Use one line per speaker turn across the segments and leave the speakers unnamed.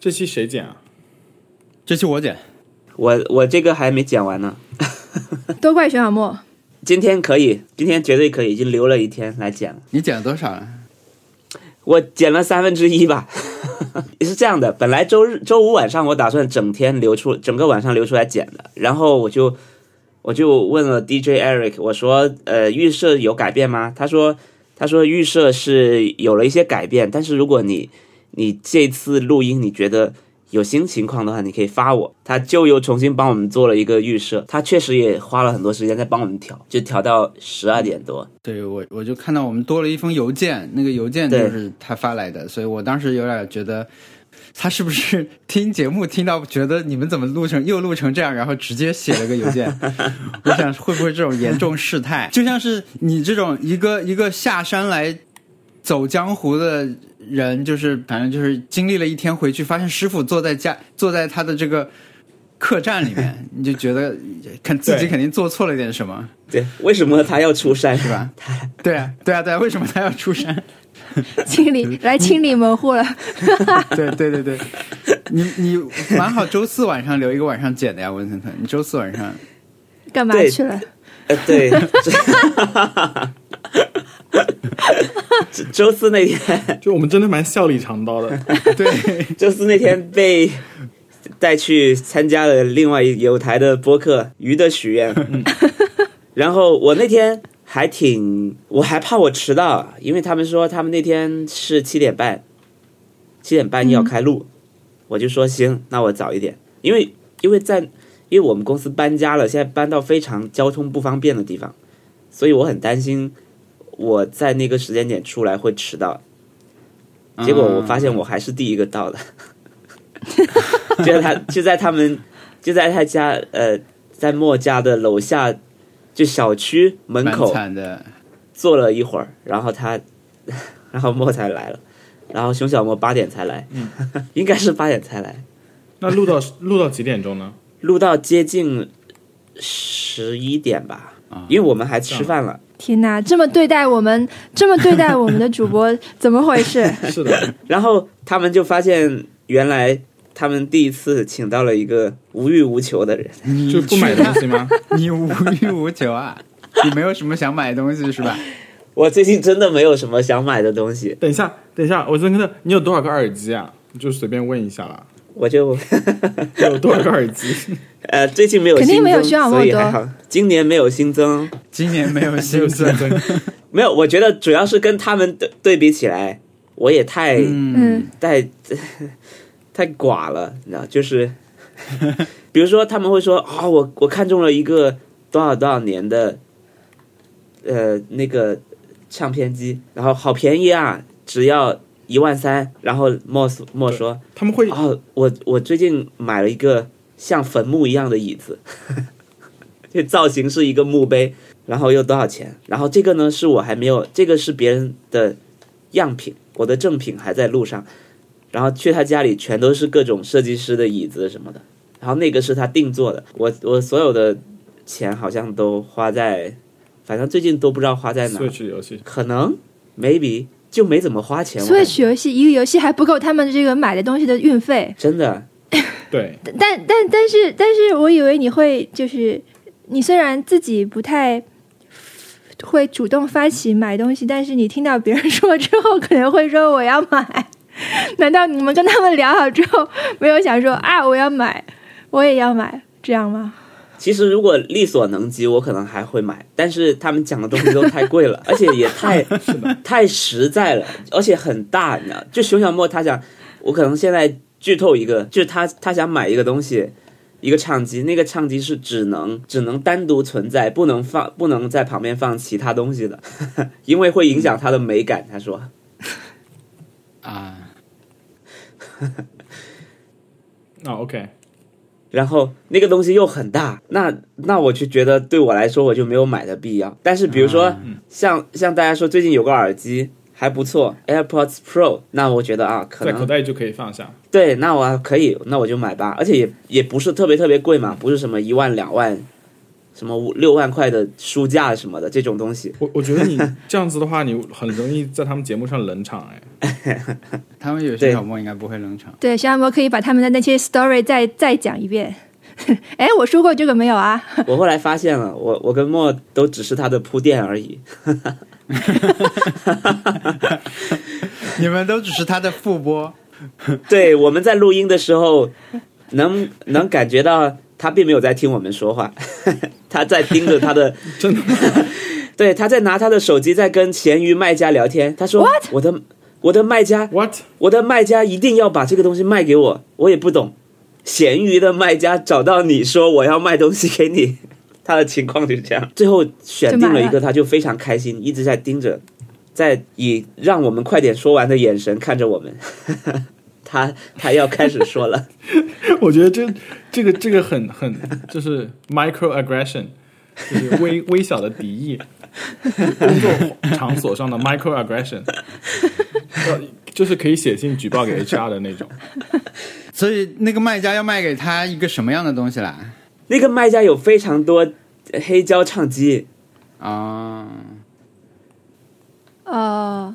这期谁剪啊？
这期我剪，
我我这个还没讲完呢，
都怪徐小沫。
今天可以，今天绝对可以，已经留了一天来剪了。
你剪了多少啊？
我剪了三分之一吧。 是这样的，本来周日周五晚上我打算整天留出整个晚上留出来剪的，然后我就我就问了 DJ Eric，我说呃预设有改变吗？他说他说预设是有了一些改变，但是如果你你这次录音你觉得有新情况的话，你可以发我。他就又重新帮我们做了一个预设，他确实也花了很多时间在帮我们调，就调到十二点多。
对我我就看到我们多了一封邮件，那个邮件就是他发来的，所以我当时有点觉得。他是不是 听节目听到觉得你们怎么录成又录成这样，然后直接写了个邮件？我想会不会这种严重事态，就像是你这种一个一个下山来走江湖的人，就是反正就是经历了一天回去，发现师傅坐在家坐在他的这个客栈里面，你就觉得 肯自己肯定做错了点什么，
对，为什么他要出山
是吧？对啊，对啊，对啊，为什么他要出 山？
清理来清理门户了，
对对对对，你你蛮好，周四晚上留一个晚上剪的呀，文森特，你周四晚上
干嘛
对
去了？
呃， 对，周周四那天，
就我们真的蛮笑里藏刀的。
对，
周四那天被带去参加了另外一有台的播客《鱼的许愿》，然后我那天还挺，我还怕我迟到，因为他们说他们那天是七点半，七点半要开录，我就说行，那我早一点，因为因为在因为我们公司搬家了，现在搬到非常交通不方便的地方，所以我很担心我在那个时间点出来会迟到。 结果
嗯
我发现我还是第一个到的， 就在他就在他们就在他家呃在莫家的楼下就小区门
蛮
口
惨的，
坐了一会儿，然后他 然后莫才来了，然后熊小莫八点才来，应该是八点才来，
那录到录到几点钟呢？
录到接近十一点吧，因为我们还吃饭了。
天哪，这么对待我们，这么对待我们的主播，怎么回事？
是的，
然后他们就发现，原来他们第一次请到了一个无欲无求的人。
就不买东西
啊
吗？
你无欲无求啊，你没有什么想买的东西是吧？
我最近真的没有什么想买的东西，
等一下，等一下，我真的，你有多少个耳机啊？就随便问一下啦。
我就
有多少个耳 机？
呃最近没有
肯
新增，
定没有徐小莫
所以
多
还好。今年没有新增，
今年没有
没有
新
新
增，
增。
没有。我觉得主要是跟他们对对比起来，我也太、
嗯，
嗯，
太 太寡了，你知道？就是比如说他们会说啊、我我看中了一个多少多少年的呃那个唱片机，然后好便宜啊，只要一万三。然后莫斯莫说
他们会
哦，我我最近买了一个像坟墓一样的椅子， 这造型是一个墓碑，然后又多少钱？然后这个呢是我还没有，这个是别人的样品，我的正品还在路上。然后去他家里全都是各种设计师的椅子什么的，然后那个是他定做的。我我所有的钱好像都花在，反正最近都不知道花在哪，
Switch 游戏，
可能 maybe 就没怎么花钱。我
所以
感觉
取游戏一个游戏还不够他们这个买的东西的运费，
真的
对，
但但但是但是我以为你会就是你虽然自己不太会主动发起买东西，但是你听到别人说之后，可能会说我要买。 难道你们跟他们聊好之后，没有想说啊我要买，我也要买这样吗？
其实如果力所能及，我可能还会买，但是他们讲的东西都太贵了，而且也太太实在了，而且很大，你知道？就熊小莫他想，我可能现在剧透一个，就是他他想买一个东西，一个唱机，那个唱机是只能只能单独存在，不能放不能在旁边放其他东西的，因为会影响它的美感。他说，
啊，
啊、OK，
然后那个东西又很大，那那我就觉得对我来说我就没有买的必要。但是比如说、像像大家说最近有个耳机还不错，AirPods Pro，那我觉得啊可
在口
能
袋就可以放下。
对，那我可以，那我就买吧，而且也也不是特别特别贵嘛，不是什么一万两万，什么五六万块的书架什么的这种东西。
我我觉得你这样子的话，你很容易在他们节目上冷场哎。
他们有些小莫应该不会冷场。
对，徐阿摩可以把他们的那些 story 再再讲一遍。 哎我说过这个没有啊？
我后来发现了，我我跟莫都只是他的铺垫而已。
你们都只是他的副播。
对，我们在录音的时候，能能感觉到他并没有在听我们说话， 他在盯着他的。
真的？
对，他在拿他的手机在跟闲鱼卖家聊天。他说
：“What？
我的我的卖家
，what？
我的卖家一定要把这个东西卖给我。”我也不懂。闲鱼的卖家找到你说我要卖东西给你，他的情况就是这样。最后选定了一
就买
个，他就非常开心，一直在盯着，在以让我们快点说完的眼神看着我们。 他他要开始说 了，
我觉得这这个这个很很就是 micro aggression，就是微 微小的敌意，工作场所上的 micro aggression，呃 就是可以写信举报给 HR 的那种。
所以那个卖家要卖给他一个什么样的东西啦？
那个卖家有非常多黑胶唱机，
啊、
哦，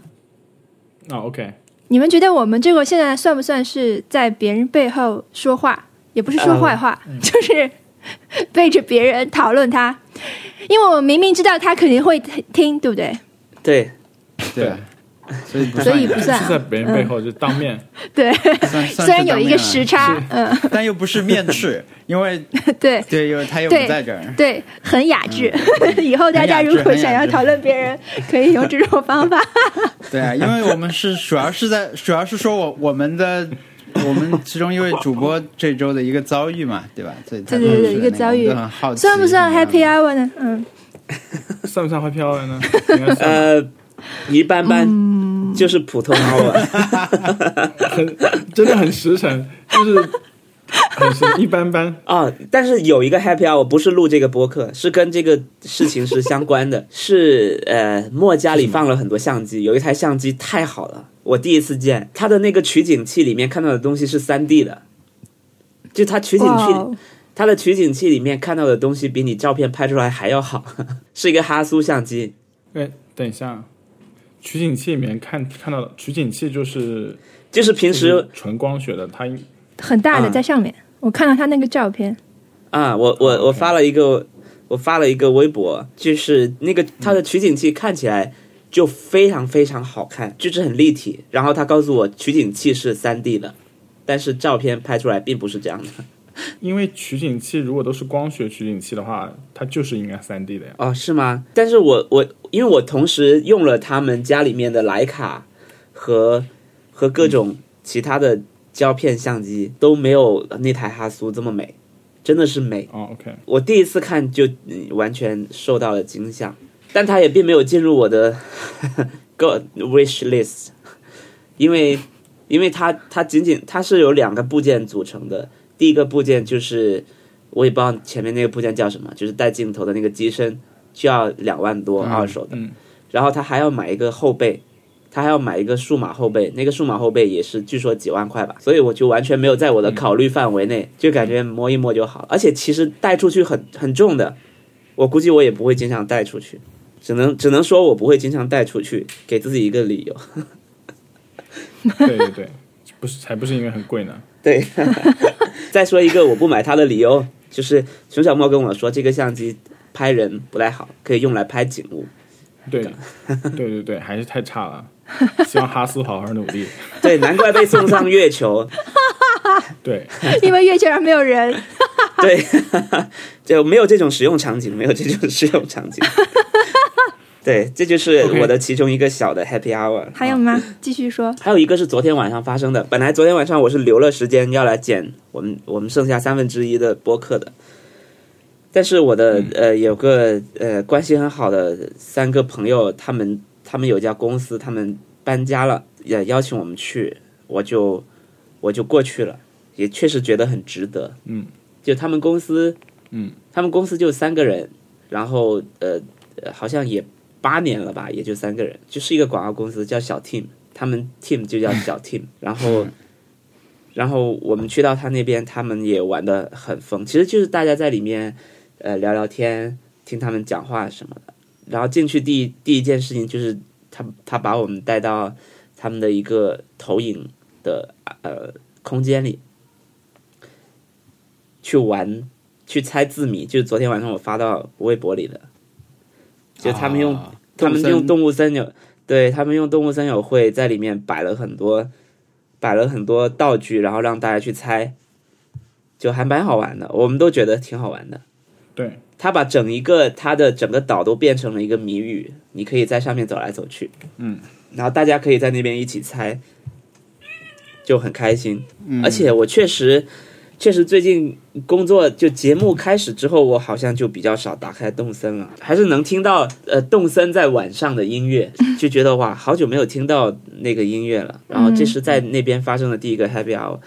啊，OK，
你们觉得我们这个现在算不算是在别人背后说话？也不是
呃
说坏话，
嗯
就是 背着别人讨论他，因为我明明知道他肯定会听，对不对？
对，
对，所以不
所
算
以不算啊
是在别人背后就当面
对，
算
虽
算
然
是
有
当
一
面
个
了
时，差，嗯，
但又不是面 试，因为
对
对，因为他又不
对
在这儿。
对，很雅致。 以后大家
嗯很雅致
如果
很雅
想要
致
讨论别人，可以用这种 方法。
对啊，因为我们是主要是在主要是说我我们的我们其中一位主播这周的一个遭遇嘛，对吧？所以他
对对对
就是
一个遭
我
遇
们都很好奇嗯
算不算
怎么样
happy hour 呢？嗯，
算不算坏票了呢？应该算吧
呃，一般般，
嗯
就是普通啊 hour，
很真的很实诚，就是很实一般般。
啊。但是有一个 happy hour 不是录这个播客，是跟这个事情是相关的， 是呃，莫家里放了很多相机，有一台相机太好了，我第一次见，它的那个取景器里面看到的东西是三 D 的，就它取景
哇
器
哦，
它的取景器里面看到的东西比你照片拍出来还要好， 是一个哈苏相机。
哎，等一下，取景器里面看看到的取景器就是
就是平
就是
嗯
时
纯光学的，它应
很大的
嗯
在上面，我看到他那个照片。
啊，我我我
OK
发了一个，我发了一个微博，就是那个它的取景器看起来就非常非常好看，就是很立体。然后他告诉我取景器是三 D 的，但是照片拍出来并不是这样的。
因为取景器如果都是光学取景器的话，它就是应该三 D 的呀。
哦，是吗？但是我我因为我同时用了他们家里面的徕卡和和各种其他的胶片相机，都没有那台哈苏这么美，真的是美。
哦，OK，
我第一次看就嗯完全受到了惊吓，但它也并没有进入我的 go wish list，因为因为它它仅仅它是由两个部件组成的，第一个部件就是我也不知道前面那个部件叫什么，就是带镜头的那个机身，需要两万多二手的，
嗯，
然后他还要买一个后背。他还要买一个数码后背，那个数码后背也是据说几万块吧，所以我就完全没有在
嗯
我的考虑范围内，就感觉摸一摸就好了。而且其实带出去很很重的，我估计我也不会经常带出去，只能只能说我不会经常带出去，给自己一个理由。
对对对， 不是才不是因为很贵呢。
对，再说一个我不买它的理由，就是熊小莫跟我说这个相机拍人不太好，可以用来拍景物。
对， 对对对，还是太差了。希望哈苏好好努力。
对，难怪被送上月球。
对，
因为月球上没 有人。
对， 就没有这种使用场景，没有这种使用场景。 对，这就是我的其中一个小的 happy hour。
还有吗？继续说。
还有一个是昨天晚上发生的。本来昨天晚上我是留了时间要来剪我们我们剩下三分之一的播客的，但是我的、呃有个呃关系很好的三个朋友，他们他们有一家公司，他们搬家了，也邀请我们去，我就我就过去了，也确实觉得很值得。
嗯，
就他们公司，
嗯，
他们公司就三个人，然后呃呃好像也八年了吧，也就三个人，就是一个广告公司叫小 team。他们 team 就叫小 team，然后，然后我们去到他那边，他们也玩的很疯，其实就是大家在里面呃聊聊天，听他们讲话什么的。然后进去第一第一件事情就是他他把我们带到他们的一个投影的呃空间里去玩，去猜字谜，就是昨天晚上我发到微博里的，就他们用、
啊
他们
动物
用
森
动物森友，对他们用动物森友会在里面摆了很多摆了很多道具，然后让大家去猜，就还蛮好玩的，我们都觉得挺好玩的。
对，
他把整一个他的整个岛都变成了一个谜语，你可以在上面走来走去，
嗯，
然后大家可以在那边一起猜，就很开心。
嗯
而且我确实，确实最近工作就节目开始之后，我好像就比较少打开动森了，还是能听到呃动森在晚上的音乐，就觉得哇，好久没有听到那个音乐了。然后这是在那边发生的第一个 Happy Hour，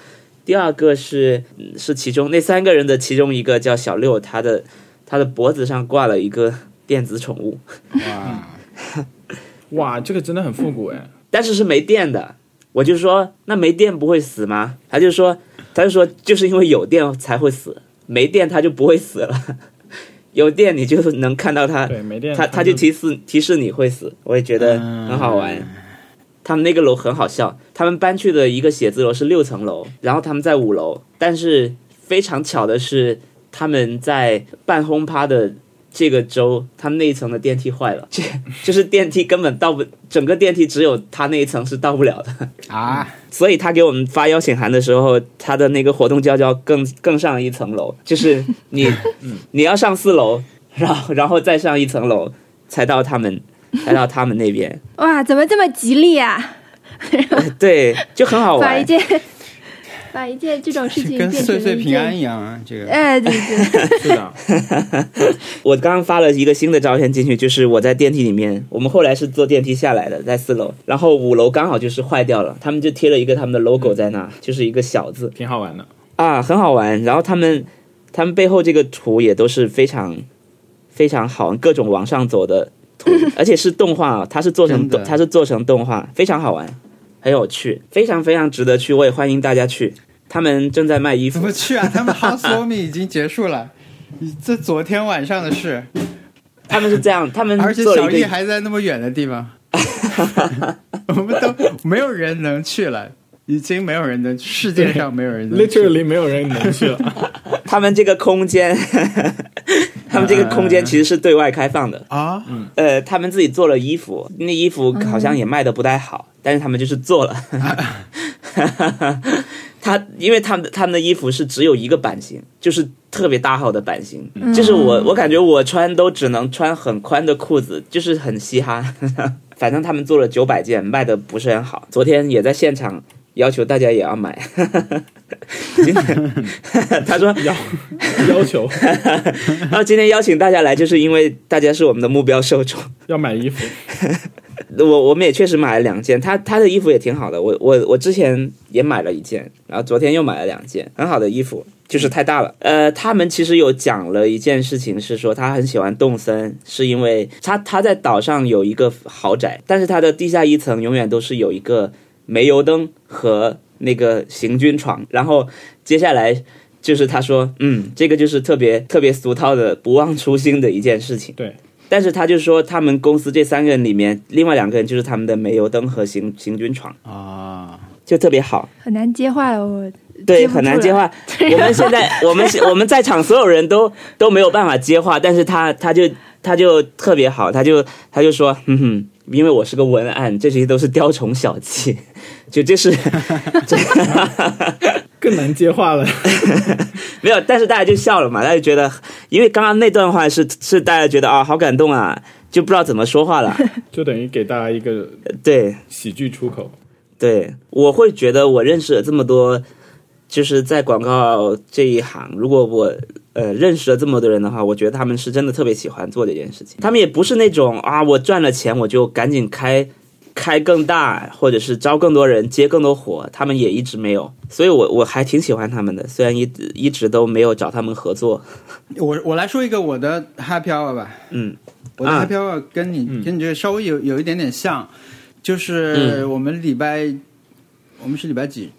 第二个是嗯是其中那三个人的其中一个叫小六，他的他的脖子上挂了一个电子宠物，
哇，
哇，这个真的很复古哎，
但是是没电的。我就说那没电不会死吗？他就说他就说就是因为有电才会死，没电他就不会死了。有电你就能看到他，
对，没电，
他他就嗯提示提示你会死，我也觉得很好玩。他们那个楼很好笑，他们搬去的一个写字楼是六层楼，然后他们在五楼，但是非常巧的是，他们在办轰趴的这个周，他们那一层的电梯坏了，这就是电梯根本到不，整个电梯只有他那一层是到不了的，
啊，
所以他给我们发邀请函的时候，他的那个活动教教更更上一层楼，就是你你要上四楼，然后然后再上一层楼才到他们才到他们那边，
哇，怎么这么吉利啊？
对，就很好
把一
玩。
件把一件这种事情
哦跟
变成
岁
一
岁
件
平安一样啊，这个
哎，对对， 对
是的，
我刚刚发了一个新的照片进去，就是我在电梯里面，我们后来是坐电梯下来的，在四楼，然后五楼刚好就是坏掉了，他们就贴了一个他们的 logo 在那，就是一个小字
挺好玩的，
啊，很好玩。然后他们他们背后这个图也都是非常非常好，各种往上走的 图，而且是动画啊，它是做成
真的
它是做成动画，非常好玩，很有趣，非常非常值得去，我也欢迎大家去。他们正在卖衣
怎
服
么，去啊？他们 housewarming 已经结束了，你这昨天晚上的事，
他们是这 样，他们
而且
做了
小
一
易
个
还在那么远的地 方，我们都没有人能去了，已经没有人能，世界上没有人 能去了。
，literally 没有人能去了，
他们这个空间， 他们这个空间其实是对外开放的。
啊，
呃，他们自己做了衣服，那衣服好像也卖的不太好，但是他们就是做了。 他因为他们的他们的衣服是只有一个版型，就是特别大号的版型，
嗯
就是我我感觉我穿都只能穿很宽的裤子，就是很嘻哈。 反正他们做了九百件，卖的不是很好。昨天也在现场要求大家也要买， 今天 他说
要 要求
然后今天邀请大家来，就是因为大家是我们的目标受众。
要买衣服，
我我们也确实买了两件，他他的衣服也挺好的。我我我之前也买了一件，然后昨天又买了两件，很好的衣服，就是太大了。呃，他们其实有讲了一件事情，是说他很喜欢动森，是因为他他在岛上有一个豪宅，但是他的地下一层永远都是有一个煤油灯和那个行军床，然后接下来。就是他说，嗯，这个就是特别特别俗套的、不忘初心的一件事情。
对，
但是他就说，他们公司这三个人里面，另外两个人就是他们的煤油灯和行行军床，
啊，
就特别好，
很难接话哦了，我
对，
接不住
很难接 话。我们现在，我们我们在场所有人都都没有办法接话，但是他他就他就特别好，他就他就说，嗯哼，因为我是个文案，这些都是雕虫小技，就这 是这
更难接话了，
没有，但是大家就笑了嘛，大家就觉得，因为刚刚那段话是是大家觉得啊、好感动啊，就不知道怎么说话 了，
就等于给大家一个
对。
喜剧出口，
对，我会觉得我认识了这么多，就是在广告这一行，如果我呃认识了这么多人的话，我觉得他们是真的特别喜欢做这件事情。他们也不是那种啊，我赚了钱我就赶紧开开更大，或者是招更多人接更多活，他们也一直没有。所以我我还挺喜欢他们的，虽然一直一直都没有找他们合作。
我我来说一个我的 happy hour 吧，
嗯
我的
啊嗯
happy hour 跟你、跟你这个稍微有有一点点像，
嗯
就是我们礼拜、我们是礼拜几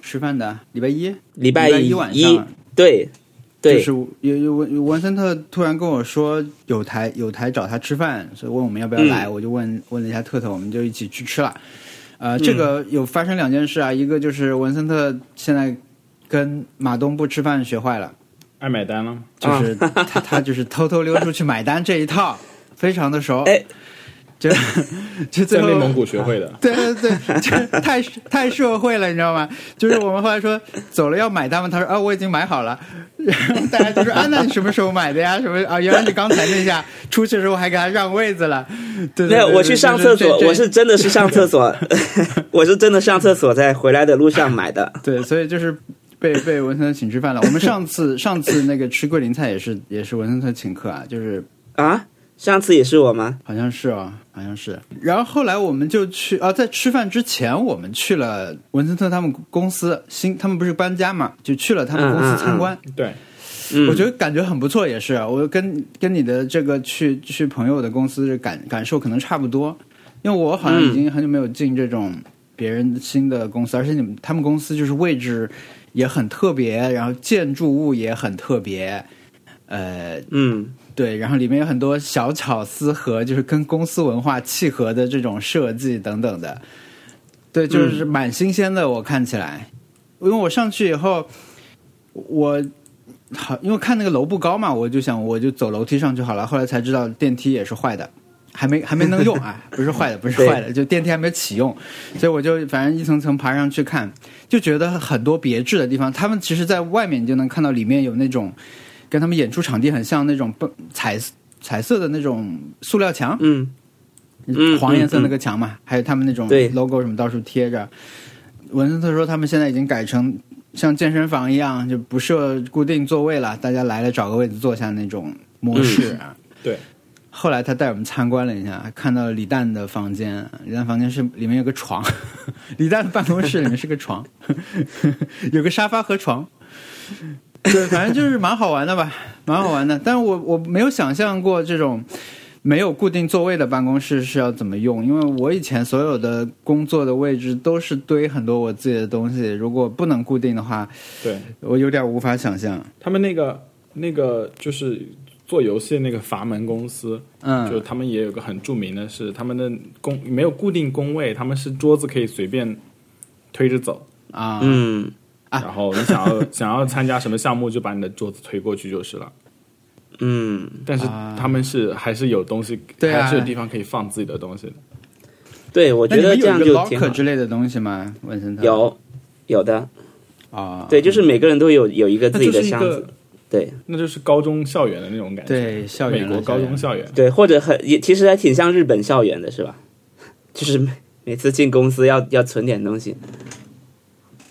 吃饭的？礼拜一，
礼拜
一晚上，
对对、
就是有有文文森特突然跟我说有
嗯
台有台找他吃饭，所以问我们要不要来，我就问问了一下特特，我们就一起去吃了。呃，这
嗯
个有发生两件事啊，一个就是文森特现在跟马东不吃饭学坏了，
爱买单了。
就是他他就是偷偷溜出去买单这一套，非常的熟。
哎，
就就最
在
后
内蒙古学会的，
对对对，就是太太社会了，你知道吗？就是我们后来说走了要买单吗？他说啊，我已经买好了。然后大家就说啊，那你什么时候买的呀？什么啊？原来你刚才那下出去的时候还给他让位子了。对对对
没有，
对
我去
对
上
就
厕
这
所，
这
我是真的是上厕 所，我是真的上厕所，在回来的路上买的。
对，所以就是被被文森特请吃饭了。我们上次上次那个吃桂林菜也是也是文森特请客啊，就是
啊，上次也是我吗？
好像是哦，好像是。然后后来我们就去啊，在吃饭之前，我们去了文森特他们公司新，他们不是搬家嘛，就去了他们公司参观。
对，
嗯，
我觉得感觉很不错，也是。啊我跟跟你的这个去去朋友的公司的感感受可能差不多，因为我好像已经很久没有进这种别人新的公司，而且你们他们公司就是位置也很特别，然后建筑物也很特别，呃，
嗯，
对，然后里面有很多小巧思和就是跟公司文化契合的这种设计等等的，对，就是蛮新鲜的。我看起来，因为我上去以后，我好，因为看那个楼不高嘛，我就想我就走楼梯上去好了。后来才知道电梯也是坏的，还没还没能用啊，不是坏的，不是坏的，就电梯还没启用，所以我就反正一层层爬上去看，就觉得很多别致的地方。他们其实，在外面你就能看到里面有那种跟他们演出场地很像那种蹦彩彩色的那种塑料墙，
嗯，嗯
黄颜色那个墙嘛，还有他们那种
对
logo 什么到处贴着。文森特说，他们现在已经改成像健身房一样，就不设固定座位了，大家来了找个位置坐下那种模式啊。
对
后来他带我们参观了一下，看到了李诞的房间，李诞房间是里面有个床， 李诞的办公室里面是个床， 有个沙发和床。对，反正就是蛮好玩的吧，蛮好玩的。但我我没有想象过这种没有固定座位的办公室是要怎么用，因为我以前所有的工作的位置都是堆很多我自己的东西，如果不能固定的话，
对，
我有点无法想象。
他们那个那个就是做游戏的那个阀门公司，就
嗯，
他们也有个很著名的是，他们的工没有固定工位，他们是桌子可以随便推着走，
啊，
嗯，
然后你想要 想要参加什么项目，就把你的桌子推过去就是了。
嗯，
但是
啊
他们是还是有东西，
对啊
还是有地方可以放自己的东西的。
对，我
那
觉
你
得
们
这
有
样就
一个
挺
locker
好。
之类的东西吗？文森特
有，有的，
啊，
对，就是每个人都有有一个自己的箱
那就是一
子，对
那就是高中校园的那种感觉，
对校园
美
了
国高中
校
校园。
对，或者很也其实还挺像日本校园的，是吧？就是每每次进公司要要存点东西，
园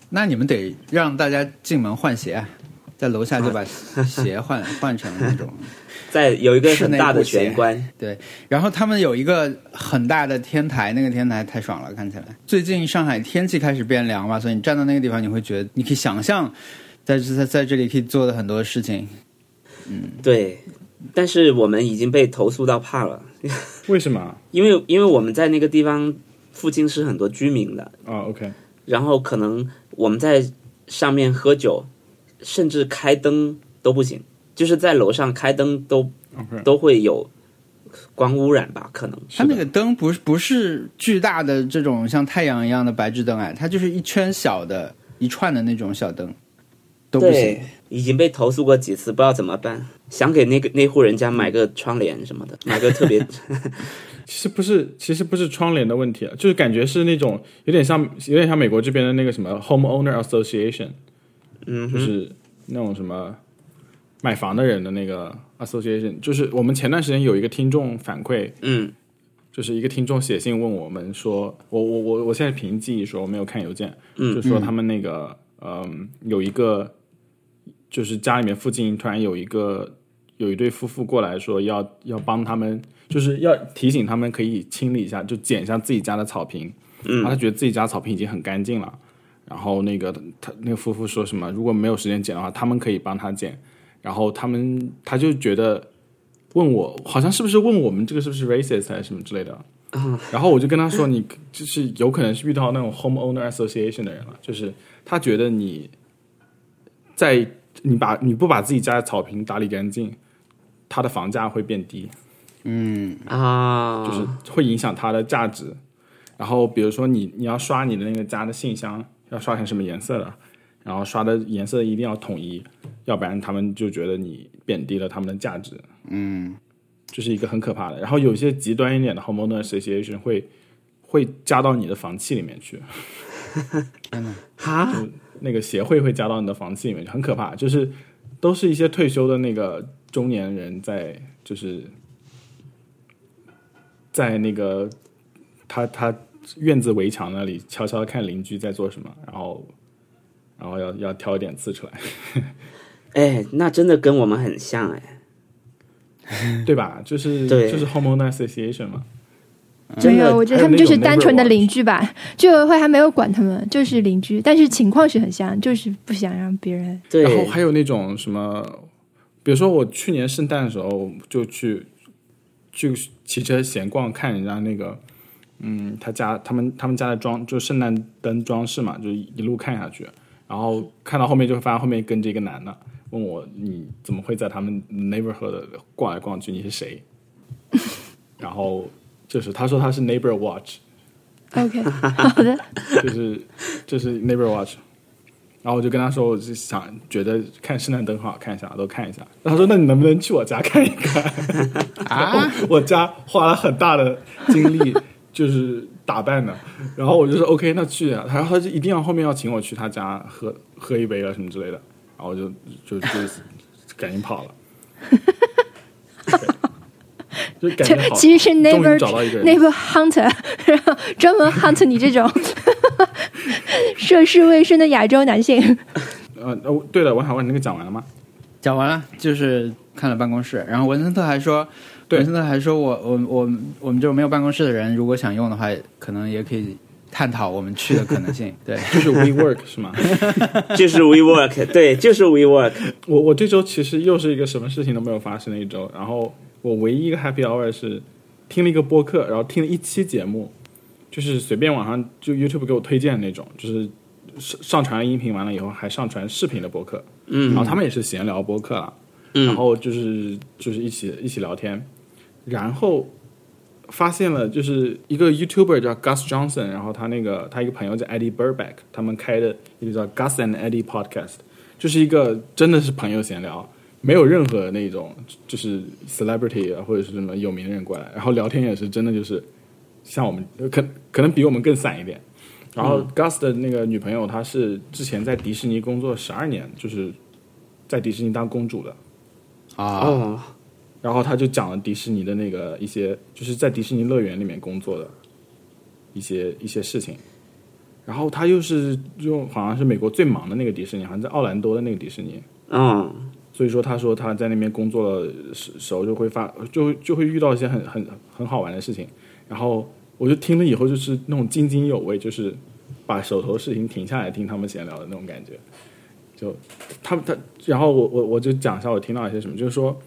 那你们得让大家进门换鞋啊，在 楼下就把鞋换换成那种。
再有一个
室
很
内
大的
布鞋
玄关，
然后他们有一个很大的天台，那个天台太爽了，看起来。最近上海天气开始变凉嘛，所以你站到那个地方，你会觉得你可以想象在，在在在这里可以做的很多事情。
对。但是我们已经被投诉到怕了，
为什么啊
因为因为我们在那个地方附近是很多居民的，
啊？OK，
然后可能我们在上面喝酒，甚至开灯都不行，就是在楼上开灯都
OK
都会有光污染吧？可能
它那个灯不是不是巨大的这种像太阳一样的白炽灯哎，它就是一圈小的、一串的那种小灯，都不行
对。，已经被投诉过几次，不知道怎么办。想给那个那户人家买个窗帘什么的，买个特别
其实不是，其实不是窗帘的问题啊，就是感觉是那种有点像，有点像美国这边的那个什么 homeowner association，
嗯
就
哼
是那种什么买房的人的那个 association。就是我们前段时间有一个听众反馈，
嗯
就是一个听众写信问我们说，我我我我现在凭记忆说，我没有看邮件，
嗯
就说他们那个嗯有一个，就是家里面附近突然有一个有一对夫妇过来说要要帮他们，就是要提醒他们可以清理一下，就剪一下自己家的草坪，嗯，然后他觉得自己家草坪已经很干净了，然后那个他那个夫妇说什么如果没有时间剪的话，他们可以帮他剪，然后他们他就觉得。问我，好像是不是问我们这个是不是 racist 还是什么之类的。然后我就跟他说，你就是有可能是遇到那种 homeowner association 的人了，就是他觉得你在你把你不把自己家的草坪打理干净，他的房价会变低，
嗯，
啊，
就是会影响他的价值。然后比如说你你要刷你的那个家的信箱，要刷成什么颜色的，然后刷的颜色一定要统一，要不然他们就觉得你贬低了他们的价值。
嗯，
这是一个很可怕的。然后有些极端一点的 homeowner association 会会加到你的房契里面去，
天哪，
哈，
那个协会会加到你的房契里面去，很可怕。就是都是一些退休的那个中年人在，就是在那个他他院子围墙那里悄悄看邻居在做什么，然后然后要要挑一点刺出来。
哎，那真的跟我们很像哎，
对吧？就是
对
就是 homeowner association 嘛，
真
没
的
有，我觉得
还有
他们
那
就是
种
单纯的
neighbor watch
邻居吧。居委会还没有管他们，就是邻居，但是情况是很像，就是不想让 别人。
对，
然后还有那种什么，比如说我去年圣诞的时候就去去骑车闲逛，看人家那个，嗯，他家他们他们家的装就圣诞灯装饰嘛，就一路看下去，然后看到后面就会发现后面跟着一个男的，问我你怎么会在他们 neighborhood 逛来逛去，你是谁？ 然后就是他说他是 neighbor watch，
OK，好的，
就是就是 Neighbor Watch，然后我就跟他说，我是想觉得看圣诞灯很好看一下，都看一下。他说，那你能不能去我家看一看？
啊，
我家花了很大的精力就是打扮的，然后我就说 OK，那去啊。然后他就一定要后面要请我去他家喝喝一杯啊什么之类的，然后我就就就赶紧跑了。对就感觉好，
其实是
终
neighbor
于找到一个人，
neighbor hunter，然 后专门 hunt 你 这种涉世未深的亚洲男性。
呃，哦对了，我想问你那个讲完了吗？
讲完了，就是看了办公室。然后文森特还说，
对
文森特还说我我我我们这种没有办公室的人，如果想用的话，可能也可以探讨我们去的可 能性。对，
就是 WeWork 是吗？
就是 WeWork，对，就是 WeWork，
我我这周其实又是一个什么事情都没有发生的一周，然后我唯一一个 happy hour 是听了一个播客，然后听了一期节目，就是随便网上就 YouTube 给我推荐的那种，就是上上传音频完了以后还上传视频的播客，
嗯
然后他们也是闲聊播客啦，然后就是就是一起一起聊天，然后发现了就是一个 YouTuber 叫 Gus Johnson，然后他那个他一个朋友叫 Eddie Burback，他们开的一个叫 Gus and Eddie Podcast，就是一个真的是朋友闲聊，没有任何那种就是 celebrity 啊或者是什么有名人过来，然后聊天也是真的就是像我们可可能比我们更散一点。然后 Gus 的那个女朋友，她是之前在迪士尼工作十二年，就是在迪士尼当公主的。
啊，
哦，
然后他就讲了迪士尼的那个一些，就是在迪士尼乐园里面工作的一些一些事情。然后他又是用好像是美国最忙的那个迪士尼，好像在奥兰多的那个迪士尼。
嗯，
所以说，他说他在那边工作的时时候就会发，就会就会遇到一些很很很好玩的事情。然后我就听了以后，就是那种津津有味，就是把手头事情停下来听他们闲聊的那种感觉。就他们他，然后我我我就讲一下我听到一些什么，就是说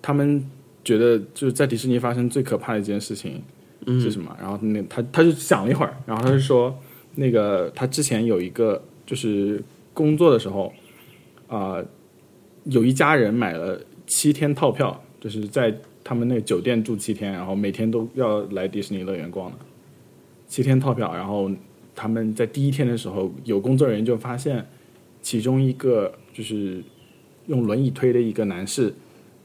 他们觉得就是在迪士尼发生最可怕的一件事情是什么？然后那他他就想了一会儿，然后他就说那个他之前有一个就是工作的时候啊。呃有一家人买了七天套票，就是在他们那个酒店住七天，然后每天都要来迪士尼乐园逛的，七天套票。然后他们在第一天的时候，有工作人员就发现其中一个就是用轮椅推的一个男士，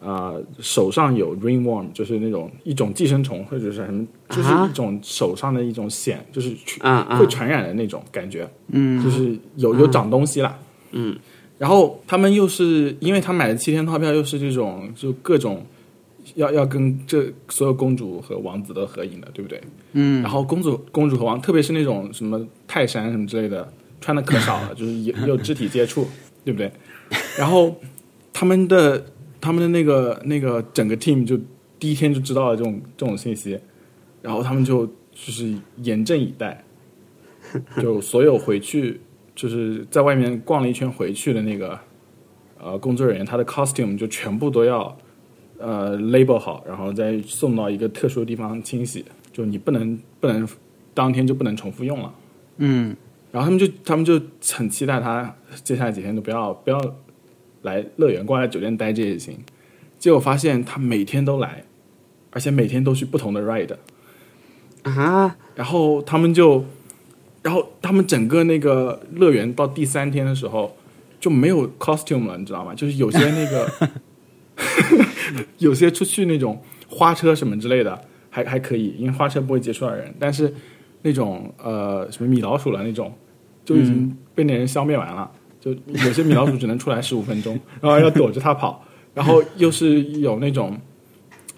啊、手上有 ringworm，就是那种一种寄生虫或者是什么，就是
啊
一种手上的一种癣，就是去
啊啊
会，传染的那种感觉，
嗯，
就是有有长东西啦，
嗯，
然后他们又是因为他买的七天套票，又是这种就各种要要跟这所有公主和王子都合影的，对不对？
嗯，
然后公主公主和王，特别是那种什么泰山什么之类的，穿的可少了，就是也也有肢体接触，对不对？然后他们的他们的那个那个整个 team 就第一天就知道了这种这种信息，然后他们就就是严阵以待，就所有回去就是在外面逛了一圈回去的那个呃工作人员，他的 costume 就全部都要呃 label 好，然后再送到一个特殊的地方清洗，就你不能不能当天就不能重复用了。
嗯
然后他们就他们就很期待他接下来几天都不要不要来乐园，过来酒店待着也行。结果发现他每天都来，而且每天都去不同的 ride。
啊，
然后他们就，然后他们整个那个乐园到第三天的时候就没有 costume 了，你知道吗？就是有些那个， 有些出去那种花车什么之类的还还可以，因为花车不会接触到人，但是那种呃什么米老鼠了那种，就已经被那人消灭完了。就有些米老鼠只能出来十五分钟，然后要躲着它跑，然后又是有那种，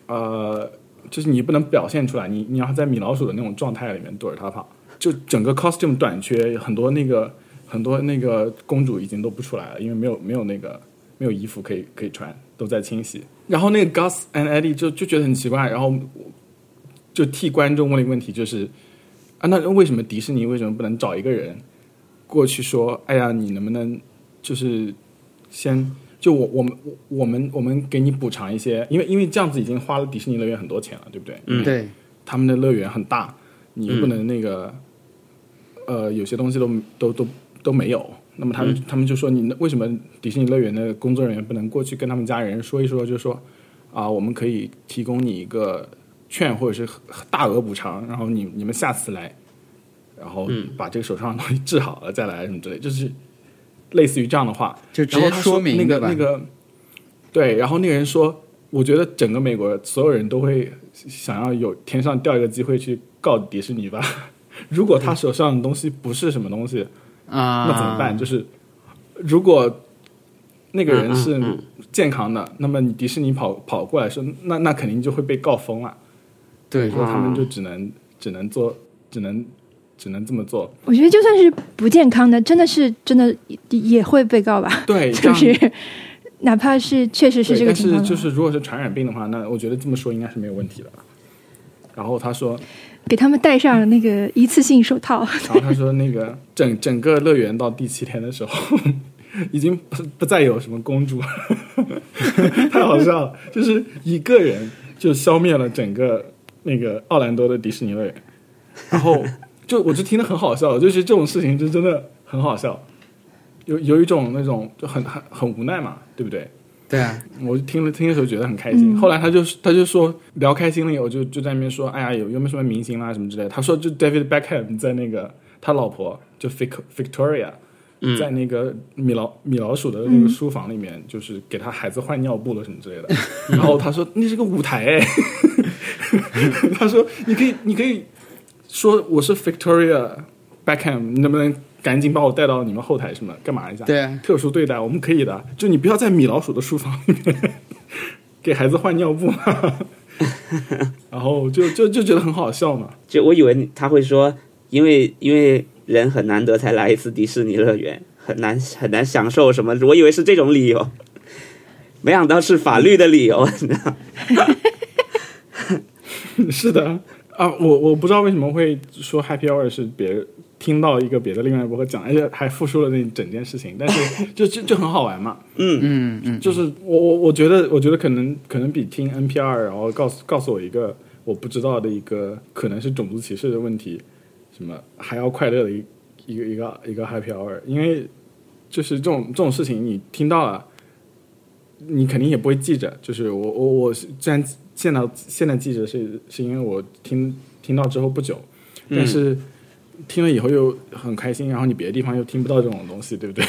呃，就是你不能表现出来，你你要在米老鼠的那种状态里面躲着它跑，就整个 costume 短缺，很多那个很多那个公主已经都不出来了，因为没有没有那个没有衣服可以可以穿，都在清洗。然后那个 Gus and Eddie 就就觉得很奇怪，然后就替观众问了一个问题，就是啊，那为什么迪士尼为什么不能找一个人？过去说，哎呀，你能不能就是先就我我们我我们我们给你补偿一些，因为因为这样子已经花了迪士尼乐园很多钱了，对不对？
嗯
对，
他们的乐园很大，你不能那个、呃有些东西都都都都没有。那么他们、他们就说，你为什么迪士尼乐园的工作人员不能过去跟他们家人说一说，就说啊、我们可以提供你一个券或者是大额补偿，然后你你们下次来，然后把这个手上的东西治好了再来什么之类，就是类似于这样的话。
就直接
然后他说
明
那个
对吧
那个，对，然后那个人说，我觉得整个美国所有人都会想要有天上掉一个机会去告迪士尼吧。 如果他手上的东西不是什么东西，
啊，
那怎么办？就是如果那个人是
嗯嗯
健康的，那么你迪士尼跑跑过来说，那那肯定就会被告疯了。
对
所以他们就只能只能做，只能只能这么做。
我觉得就算是不健康的，真的是真的也也会被告吧，
对，这
就
样
是哪怕是确实是
对，
这个
但
情
是
况的话，
就是如果是传染病的话，那我觉得这么说应该是没有问题的。然后他说，
给他们戴上那个一次性手套，
然后他说那 个整整个乐园到第七天的时候，已经不不再有什么公主， 太好笑了，就是一个人就消灭了整个那个奥兰多的迪士尼乐园。然后就我就听得很好笑，就是这种事情就真的很好笑，有有一种那种就很很很无奈嘛，对不对？
对 啊，
我就听了听的时候觉得很开心。
嗯
后来他就他就说聊开心了以后，就就在那边说，哎呀，有有没有什么明星啦、什么之类的。他说就 David Beckham 在那个他老婆就 Vic- Victoria
嗯
在那个米老米老鼠的那个书房里面，就是给他孩子换尿布了什么之类的。然后他说那是个舞台、哎， 他说你可以你可以说我是 Victoria Beckham，你能不能赶紧把我带到你们后台什么干嘛一下？
对啊
特殊对待，我们可以的。就你不要在米老鼠的书房里面 给孩子换尿布， 然后就就就觉得很好笑嘛。
就我以为他会说，因为因为人很难得才来一次迪士尼乐园，很难很难享受什么，我以为是这种理由，没想到是法律的理由， 你知道吗
是的啊，我我不知道为什么会说 Happy Hour 是别听到一个别的另外一个播客讲，而且还复述了那整件事情，但是就就就很好玩嘛。
嗯嗯，
就是我我我觉得我觉得可能可能比听 NPR 然后告诉告诉我一个我不知道的一个可能是种族歧视的问题，什么还要快乐的一一个一个一个 happy hour，因为就是这种这种事情你听到了，你肯定也不会记着。就是我我我是虽然现在现在记着是是因为我听听到之后不久，但是听了以后又很开心，然后你别的地方又听不到这种东西，对不 对？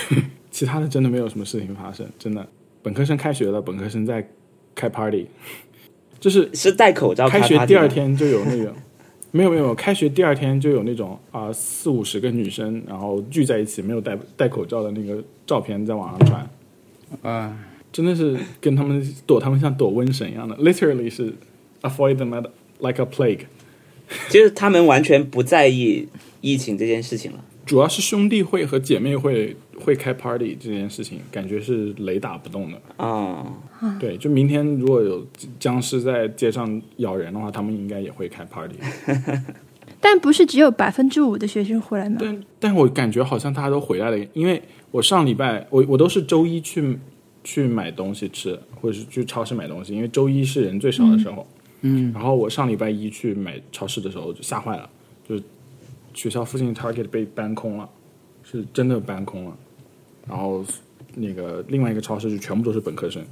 其他的真的没有什么事情发生，真的。本科生开学了，本科生在开 party，就是
是戴口罩
开学
party
第二
吗，
天就有那个，没有没有，开学第二天就有那种啊四五十个女生，然后聚在一起没有戴戴口罩的那个照片在网上传，
啊，
真的是跟他们躲他们像躲瘟神一样的，literally 是 avoid them at- like a plague。
就是他们完全不在意疫情这件事情了。
主要是兄弟会和姐妹会会开 party 这件事情，感觉是雷打不动的。
哦，
对，就明天如果有僵尸在街上咬人的话，他们应该也会开 party。
但不是只有百分之五的学生回来吗？
但但我感觉好像大家都回来了，因为我上礼拜我我都是周一去去买东西吃，或者是去超市买东西，因为周一是人最少的时候。
嗯，
然后我上礼拜一去买超市的时候就吓坏了，就学校附近的 Target 被搬空了，是真的搬空了。然后那个另外一个超市就全部都是本 科生，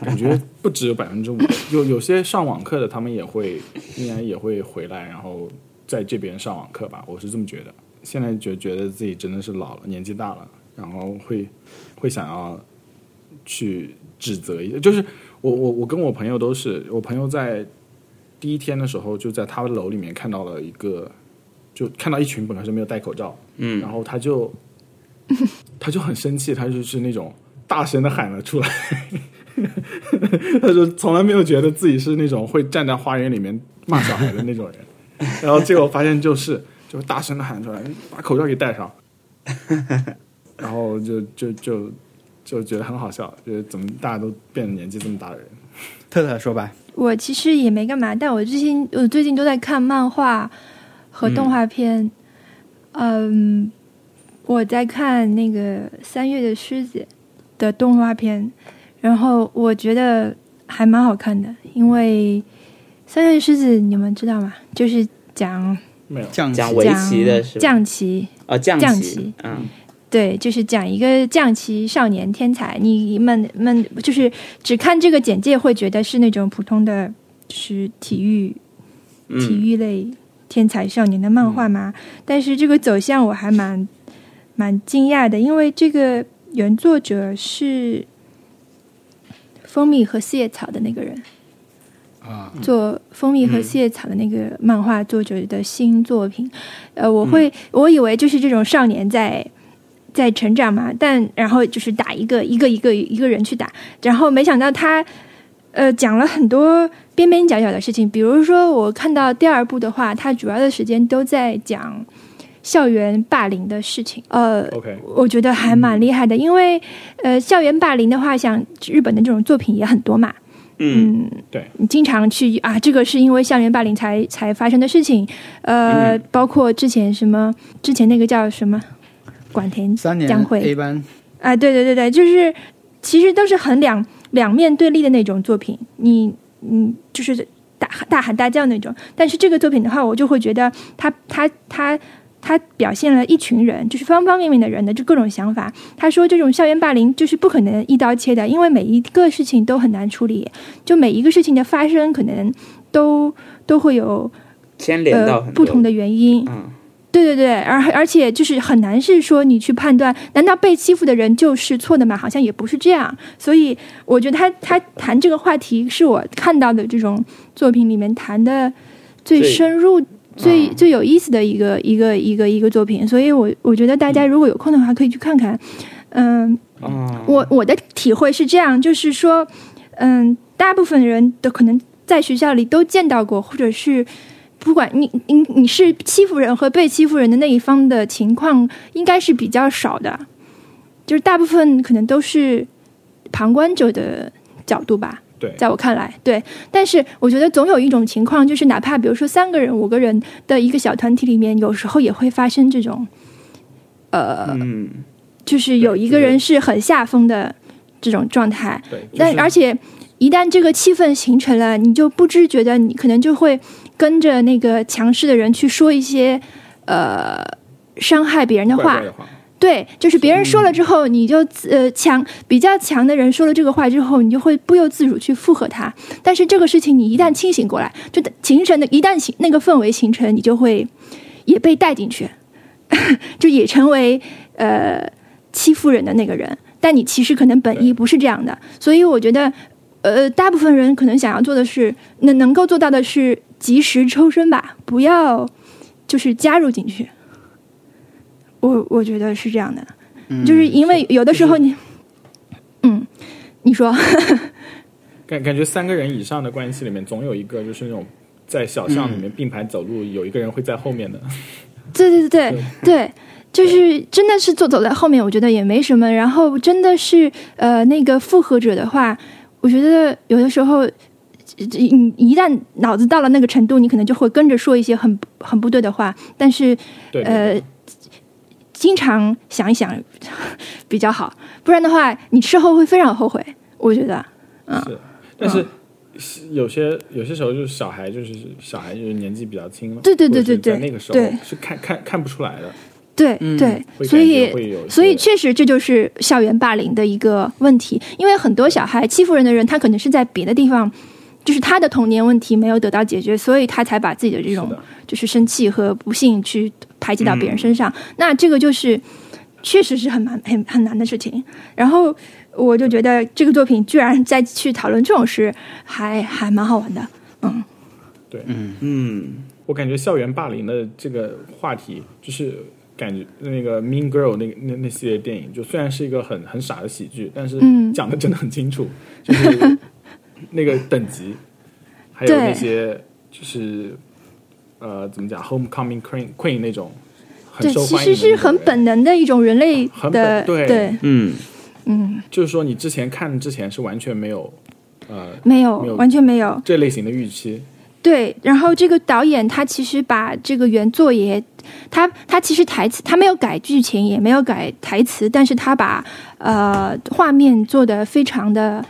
感觉不只有百分之五，有有些上网课的他们也会应该也会回来，然后在这边上网课吧，我是这么觉得。现在就觉得自己真的是老了，年纪大了，然后会会想要去指责一下，就是我我我跟我朋友都是，我朋友在第一天的时候就在他的楼里面看到了一个，就看到一群本科生没有戴口罩，嗯，然后他就 他就很生气，他就是那种大声的喊了出来。 他说从来没有觉得自己是那种会站在花园里面骂小孩的那种人，然后结果发现就是就大声的喊出来，把口罩给戴上，然后就就就就觉得很好笑，觉得怎么大家都变得年纪这么大的人，
特特说吧，
我其实也没干嘛，但我最近我最近都在看漫画和动画片。嗯，我在看那个《三月的狮子》的动画片，然后我觉得还蛮好看的，因为《三月的狮子》你们知道吗？就是讲
没有
降
讲
级
围棋的
讲
是吧
降棋，
哦，降
降
棋
棋，
嗯，
对，就是讲一个降棋少年天才。你们们就是只看这个简介会觉得是那种普通的，就是体育体
嗯，
育类天才少年的漫画嘛。但是这个走向我还蛮蛮惊讶的，因为这个原作者是蜂蜜和四叶草的那个人，
啊，
做《蜂蜜和四叶草》的那个漫画作者的新作品。呃，我会我以为就是这种少年在在成长嘛，但然后就是打一个一个一个一个人去打，然后没想到他呃讲了很多边边角角的事情，比如说我看到第二部的话，它主要的时间都在讲校园霸凌的事情。呃，
OK，
我觉得还蛮厉害的，因为呃，校园霸凌的话，像日本的这种作品也很多嘛。
嗯，
对，
你经常去啊，这个是因为校园霸凌才才发生的事情，呃，
嗯
包括之前什么，之前那个叫什么，管田
三年
将会
A 班，
啊，对对对对，就是其实都是很两两面对立的那种作品，你嗯，就是大大喊大叫那种。但是这个作品的话，我就会觉得他他他他表现了一群人，就是方方面面的人的就各种想法。他说这种校园霸凌就是不可能一刀切的，因为每一个事情都很难处理，就每一个事情的发生可能都都会有
牵连
呃
到很多
不同的，原因，
嗯，
对对对，而而且就是很难是说你去判断，难道被欺负的人就是错的吗？好像也不是这样，所以我觉得他他谈这个话题是我看到的这种作品里面谈的最
最
深入、最
嗯
最有意思的一个一个一个一个作品，所以我我觉得大
嗯
家如果有空的话可以去看看，嗯、
哦，
我我的体会是这样，就是说，嗯，大部分人都可能在学校里都见到过，或者是不管你你你是欺负人和被欺负人的那一方的情况，应该是比较少的，就是大部分可能都是旁观者的角度吧。
对，
在我看来，对。但是我觉得总有一种情况，就是哪怕比如说三个人、五个人的一个小团体里面，有时候也会发生这种，呃，
嗯，
就是有一个
对就是
人是很下风的这种状态，
对，就是
但而且一旦这个气氛形成了，你就不知觉的，你可能就会跟着那个强势的人去说一些呃伤害别人的
怪
话
怪，的话，
对，就是别人说了之后，你就呃强比较强的人说了这个话之后，你就会不由自主去附和他。但是这个事情你一旦清醒过来，就形成的一旦形那个氛围形成，你就会也被带进去， 就也成为呃欺负人的那个人。但你其实可能本意不是这样的，所以我觉得呃大部分人可能想要做的是能能够做到的是及时抽身吧，不要就是加入进去。我我觉得是这样的。
嗯
就是因为有的时候你，嗯，你说，
感感觉三个人以上的关系里面，总有一个就是那种在小巷里面并排走路，有一个人会在后面的。
对对对对对，就是真的是走走在后面，我觉得也没什么。然后真的是呃，那个复合者的话，我觉得有的时候。你你一旦脑子到了那个程度，你可能就会跟着说一些很很不对的话，但是
对，
呃，经常想一想 比较好，不然的话，你事后会非常后悔。我觉得，
是，但
嗯
是是有些有些时候就是小孩，就是小孩就是年纪比较轻嘛，
对对对
或者是
对对
在那个时候
对
是看看看不出来的。
对
嗯
对，
会
所
感
以
觉会有一
所以
些
确实这就是校园霸凌的一个问题，因为很多小孩欺负人的人，他可能是在别的地方，就是他的童年问题没有得到解决，所以他才把自己的这种
是的
就是生气和不幸去排挤到别人
嗯
身上。那这个就是确实是很难很很难的事情。然后我就觉得这个作品居然再去讨论这种事，还还蛮好玩的。
嗯，
我感觉校园霸凌的这个话题，就是感觉那个 Mean Girl 那个那那系列电影，就虽然是一个很很傻的喜剧，但是
嗯
讲的真的很清楚，就是那个等级，还有
对
那些就是呃怎么讲 Homecoming Queen Queen 那种很
对，
受
其
欢迎
实
的那种
是很
人
本能的一种人类
很本
的
对
嗯，
嗯，
就是说你之前看之前是完全没有呃
没有
没有
完全没有。
这类型的预期，
对，然后这个导演他其实把这个原作也，他他其实台词他没有改剧情，也没有改台词，但是他把呃画面做得非常的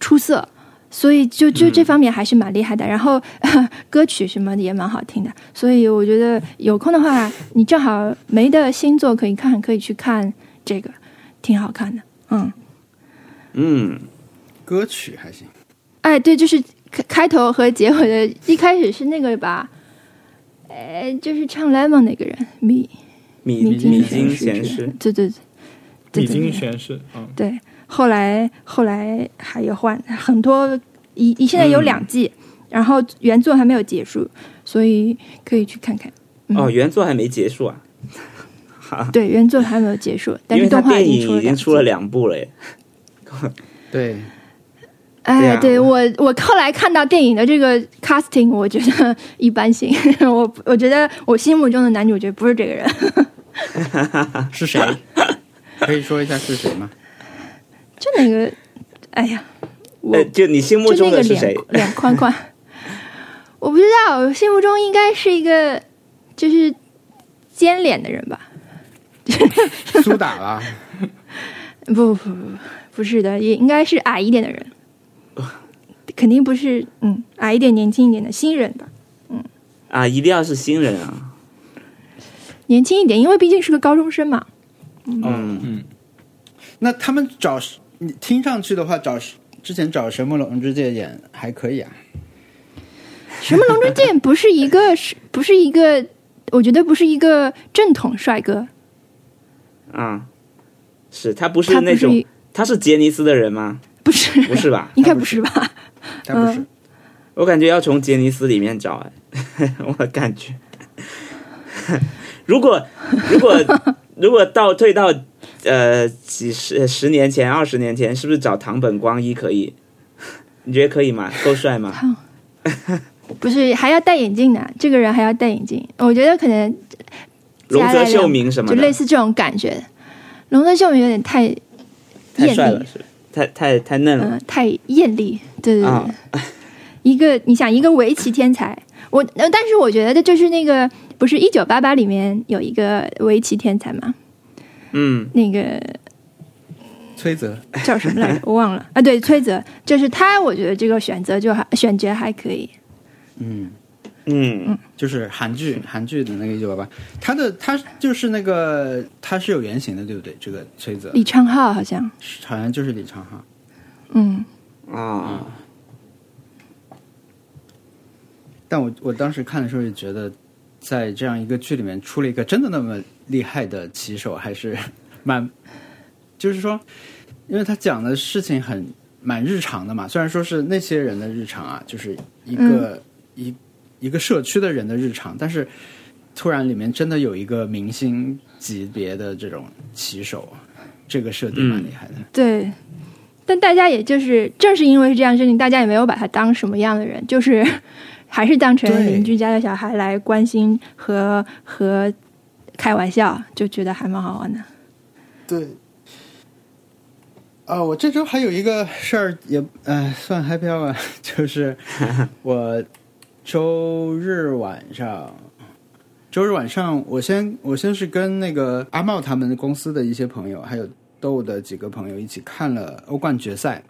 出色，所以就就这方面还是蛮厉害的。然后呃歌曲什么的也蛮好听的，所以我觉得有空的话，你正好没的新作可以看，可以去看这个，挺好看的。嗯，
嗯，
歌曲还行，
哎，对，就是开开头和结尾的，一开始是那个吧，哎，就是唱 Lemon 那个人，米
米
米
米
津
津
玄
玄
师
师，，
对对对，
米
对对
津
对
玄师，嗯，
对，后来后来还有换很多，一一现在有两季，
嗯
然后原作还没有结束，所以可以去看看。嗯
哦，原作还没结束啊，哈，
对，原作还没有结束，但
因为
是
他
动画
电
已经出
影已
了
经
两
出了
季。
两部了耶，
对，
哎，
对啊
对我我后来看到电影的这个 casting，我觉得 一般性，我我觉得我心目中的男主角不是这个人。
是谁？可以说一下是谁吗？
就那个，哎呀，我、
呃，就你心目
就
中
那个
的是
脸
谁？
脸宽宽，我不知道，我心目中应该是一个就是尖脸的人吧？
苏打啦，
不不不不，不是的，也应该是矮一 点的人，肯定不是嗯矮一点、年轻一点的新人吧？
啊，一定要是新人啊，
年轻一点，因为毕竟是个高中生嘛。
嗯
嗯，
那他们找你听上去的话，找之前找神木隆之介演还可以啊。
什么龙之介不是一个是 不是一个？我觉得不是一个正统帅哥，
啊，是他不
他
是
不
那
是
种
一，
他是杰尼斯的人吗？
不是
不是吧？
应该不是吧？
他不是，
我感觉要从杰尼斯里面找，哎， 我感觉，如果如果如果倒退到呃几十十年前、二十年前，是不是找堂本光一可以？你觉得可以吗？够帅吗？
不是，还要戴眼镜呢。这个人还要戴眼镜，我觉得可能
龙泽秀明什么
就类
的，
似这种感觉。龙泽秀明有点太艳
太帅了
丽，，
是太太太嫩
嗯、
了
太艳丽，对对对。
啊！
一个你想一个围棋天才，我、呃、但是我觉得就是那个不是《一九八八》里面有一个围棋天才嘛，
嗯，
那个
崔泽，
叫什么来着？我 忘了啊。对，崔泽，就是他，我觉得这个选择就还选角还可以。
嗯，
嗯
就是韩剧，韩剧的那个一九八八，他的他就是那个他是有原型的，对不对？这个崔泽
李昌镐好像，
好像就是李昌镐。
嗯，
啊，
但我我当时看的时候也觉得，在这样一个剧里面出了一个真的那么厉害的棋手，还是 蛮，就是说，因为他讲的事情很蛮日常的嘛，虽然说是那些人的日常啊，就是一个、一一个社区的人的日常，但是突然里面真的有一个明星级别的这种棋手，这个设定蛮厉害的。
对，但大家也就是正是因为是这样的事情，大家也没有把他当什么样的人，就是 还是当成
对
邻居家的小孩来关心和和开玩笑，就觉得还蛮好玩的。
对。啊、我这周还有一个事儿也，呃，算 happy hour，就是 我周日晚上，周日晚上，我先我先是跟那个阿茂他们公司的一些朋友，还有豆的几个朋友一起看了欧冠决赛。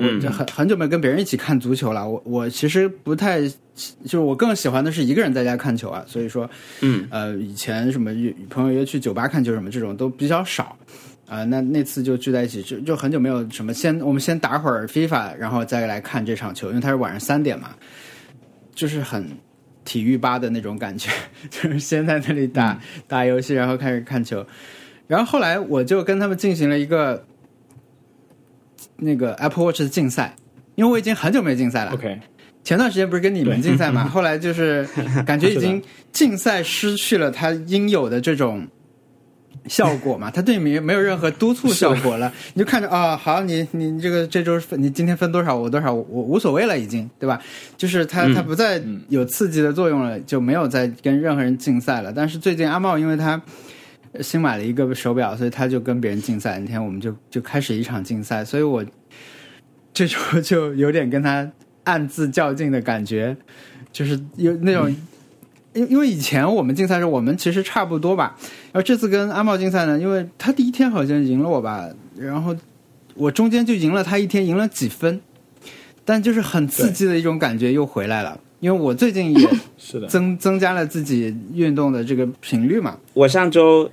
嗯
这很很久没有跟别人一起看足球了。我我其实不太，就是我更喜欢的是一个人在家看球啊。所以说，
嗯，
呃，以前什么约朋友约去酒吧看球什么这种都比较少。啊、那那次就聚在一起，就就很久没有什么先我们先打会儿 FIFA，然后再来看这场球，因为它是晚上三点嘛，就是很体育吧的那种感觉， 就是先在那里打、打游戏，然后开始看球，然后后来我就跟他们进行了一个那个 Apple Watch 的竞赛，因为我已经很久没竞赛了。
OK，
前段时间不是跟你们竞赛嘛，后来就是感觉已经竞赛失去了它应有的这种效果嘛，它对你没有任何督促效果了。你就看着啊、好，你你你这个这周分，你今天分多少，我多少，我我无所谓了，已经对吧？就是它它不再有刺激的作用了，就没有再跟任何人竞赛了。但是最近阿茂因为他。呃新买了一个手表，所以他就跟别人竞赛。那天我们就就开始一场竞赛，所以我这周就有点跟他暗自较劲的感觉，就是有那种，因、因为以前我们竞赛的时候，我们其实差不多吧。然后这次跟阿茂竞赛呢，因为他第一天好像赢了我吧，然后我中间就赢了他一天，赢了几分，但就是很刺激的一种感觉又回来了。因为我最近也
是的，
增增加了自己运动的这个频率嘛，
我上周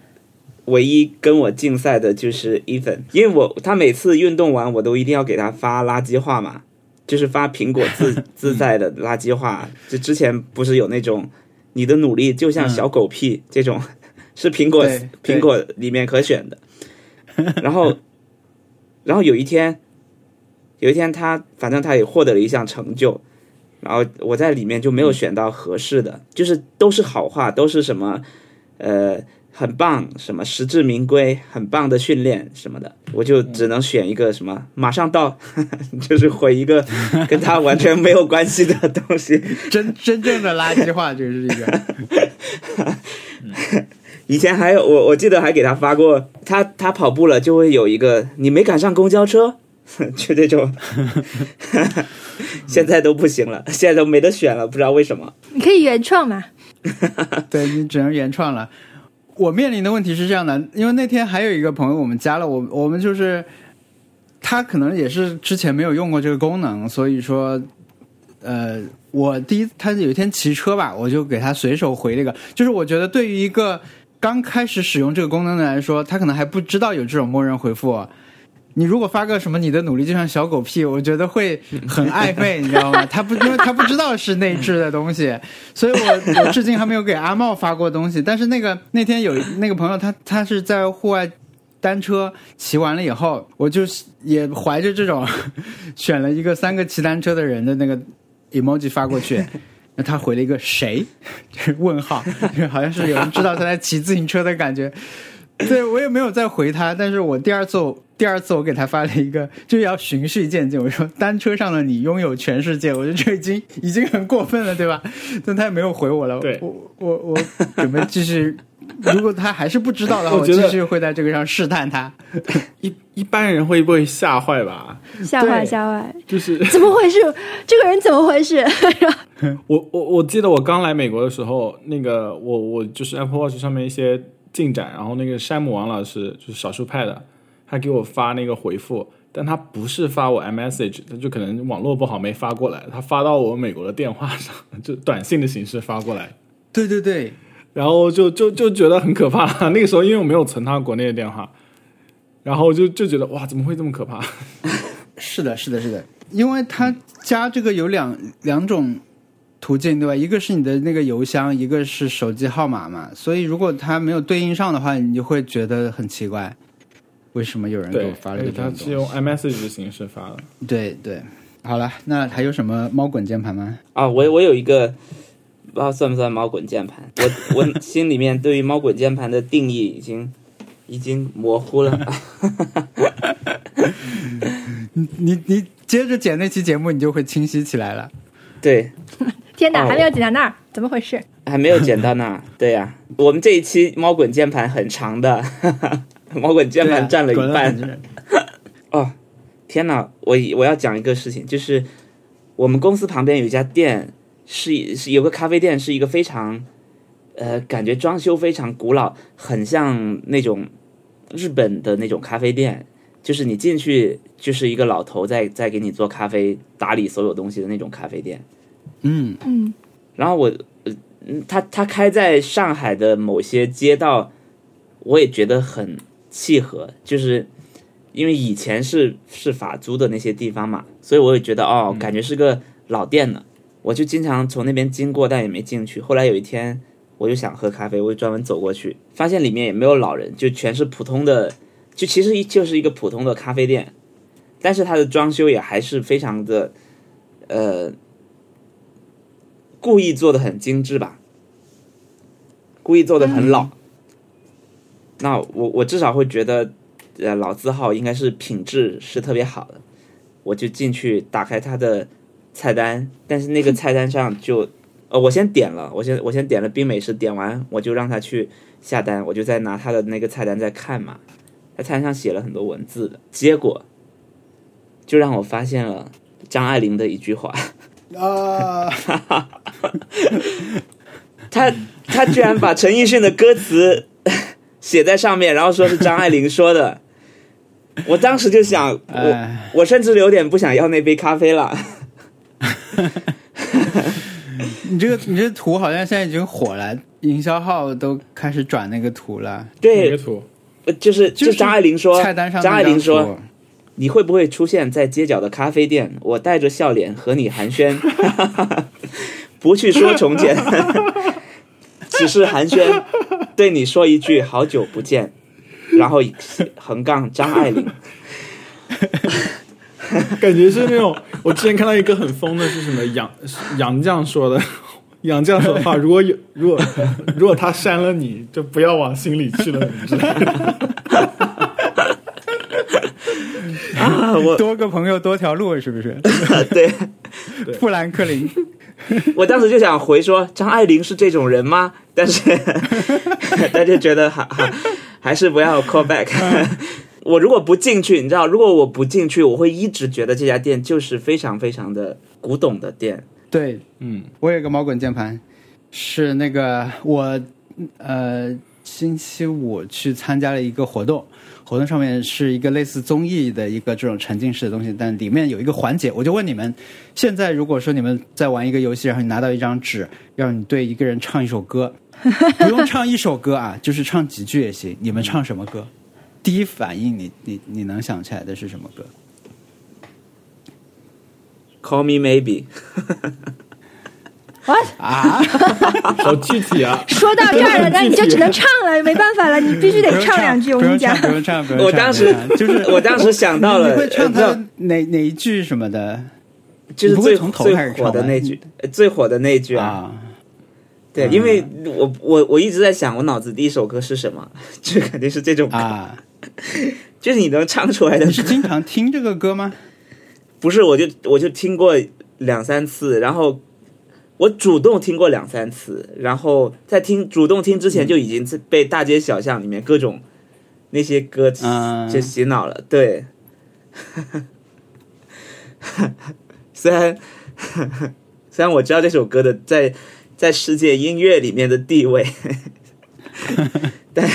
唯一跟我竞赛的就是 Ethan，因为我他每次运动完，我都一定要给他发垃圾话嘛，就是发苹果自自带的垃圾话。就之前不是有那种你的努力就像小狗屁、这种，是苹果
对对
苹果里面可选的。然后，然后有一天，有一天他反正他也获得了一项成就，然后我在里面就没有选到合适的，就是都是好话，都是什么呃很棒，什么实至名归，很棒的训练什么的，我就只能选一个什么马上到， 就是回一个跟他完全没有关系的东西。
真真正的垃圾话就是一个，
以前还有我我记得还给他发过，他他跑步了就会有一个你没赶上公交车， 就这种， 现在都不行了，现在都没得选了，不知道为什么。
你可以原创嘛？
对你只能原创了。我面临的问题是这样的，因为那天还有一个朋友我们加了我，我们就是他可能也是之前没有用过这个功能，所以说，呃，我第一他有一天骑车吧，我就给他随手回了一个，就是我觉得对于一个刚开始使用这个功能的来说，他可能还不知道有这种默认回复。哦你如果发个什么你的努力就像小狗屁，我觉得会很暧昧，你知道吗？他不，因为他不知道是内置的东西，所以我我至今还没有给阿茂发过东西。但是那个那天有那个朋友他，他是在户外单车骑完了以后，我就是也怀着这种 选了一个三个骑单车的人的那个 emoji 发过去。那他回了一个谁？就是问号，就是好像是有人知道他在骑自行车的感觉。对我也没有再回他，但是我第二次我第二次我给他发了一个，就要循序渐进。我说单车上的你拥有全世界，我觉得这已经已经很过分了，对吧？但他也没有回我了。
对
我我我准备继续，如果他还是不知道的话，
我
我
觉得
继续会在这个上试探他。
一一般人会不会吓坏吧？
吓坏
对
吓坏，
就是
怎么回事？这个人怎么回事？
我我我记得我刚来美国的时候，那个我我就是 Apple Watch 上面一些进展，然后那个山姆王老师就是少数派的，他给我发那个回复，但他不是发我 iMessage，他就可能网络不好没发过来，他发到我美国的电话上， 就短信的形式发过来，
对对对，
然后就就就觉得很可怕。 那个时候因为我没有存他国内的电话，然后就就觉得哇，怎么会这么可怕？
是的，是的，是的，因为它加这个有两两种途径，对吧？一个是你的那个邮箱，一个是手机号码嘛。所以如果它没有对应上的话，你就会觉得很奇怪，为什么有人给
对
我，发了
而且
个这
他
种
是
东西？
用 iMessage 的形式发的。
对对，好了，那还有什么猫滚键盘吗？
啊，我我有一个不知道算不算猫滚键盘，我我心里面对于猫滚键盘的定义已经已经模糊 了。
你你你接着剪那期节目，你就会清晰起来了。
对，
天哪，
哦
还没有解答那儿，怎么回事？
还没有剪到那。对呀、我们这一期猫滚键盘很长的， 猫滚键
对啊
盘占了一
滚
半。
很远
哦，天哪！我以我要讲一个事情，就是我们公司旁边有一家店，是是有个咖啡店，是一个非常，呃，感觉装修非常古老，很像那种日本的那种咖啡店，就是你进去就是一个老头在在给你做咖啡、打理所有东西的那种咖啡店。
嗯，
嗯，
然后我，呃嗯他他开在上海的某些街道，我也觉得很契合，就是因为以前是是法租的那些地方嘛，所以我也觉得哦，感觉是个老店了。我就经常从那边经过，但也没进去。后来有一天，我就想喝咖啡，我就专门走过去，发现里面也没有老人，就全是普通的，就其实一就是一个普通的咖啡店，但是它的装修也还是非常的，呃，故意做的很精致吧，故意做的很老。那我我至少会觉得，呃，老字号应该是品质是特别好的。我就进去打开它的菜单，但是那个菜单上就，呃，我先点了，我先我先点了冰美式，点完我就让他去下单，我就在拿他的那个菜单在看嘛，他菜单上写了很多文字的，结果就让我发现了张爱玲的一句话，
啊，
他他居然把陈奕迅的歌词 写在上面，然后说是张爱玲说的。我当时就想，我
哎，
我甚至有点不想要那杯咖啡了。
你这个你这图好像现在已经火了，营销号都开始转那个图了。
哪个
对，
图？
呃就是
嗯就是
张爱玲说，
菜单上那
张爱
张
玲说
图，
你会不会出现在街角的咖啡店？我带着笑脸和你寒暄， 不去说从前， 只是寒暄，对你说一句好久不见，然后横杠张爱玲，
感觉是那种，我之前看到一个很疯的是什么杨是杨绛说的， 杨绛说的话，如果有如果如果他删了你，就不要往心里去了，你知道吗？
啊我
多个朋友多条路，是不是？
对
富兰克林，
我当时就想回说张爱玲是这种人吗？但是 但就觉得还还还是不要 call back。我如果不进去，你知道，如果我不进去，我会一直觉得这家店就是非常非常的古董的店。
对
嗯，
我有一个猫滚键盘，是那个我呃星期五去参加了一个活动，活动上面是一个类似综艺的一个这种沉浸式的东西，但里面有一个环节，我就问你们，现在如果说你们在玩一个游戏，然后你拿到一张纸，让你对一个人唱一首 歌，不用唱一首歌啊，就是唱几句也行，你们唱什么歌？第一反应你你你能想起来的是什么歌？
Call me maybe，
What？
好具体啊！
说到这儿了，那你就只能唱了，没办法了，你必须得
不用
唱两句。我
不
跟你
用
讲
唱，，不用唱，不用唱。
我当时
不用唱就是
我当时想到了
你会唱他
呃
的哪哪一句什么的
就是
你不会
最
从头
最
开始
火
唱
的
吧
那句，呃最火的那一句啊。
啊？
对，因为我我我一直在想，我脑子第一首歌是什么， 就肯定是这种歌，
啊，
就是你能唱出来的
你。是经常听这个 歌吗？
不是，我就我就听过两三次，然后我主动听过两三次，然后在听主动听之前就已经是被大街小巷里面各种那些歌词
嗯
就洗脑了。对， 虽然 虽然我知道这首歌的在在世界音乐里面的地位，
但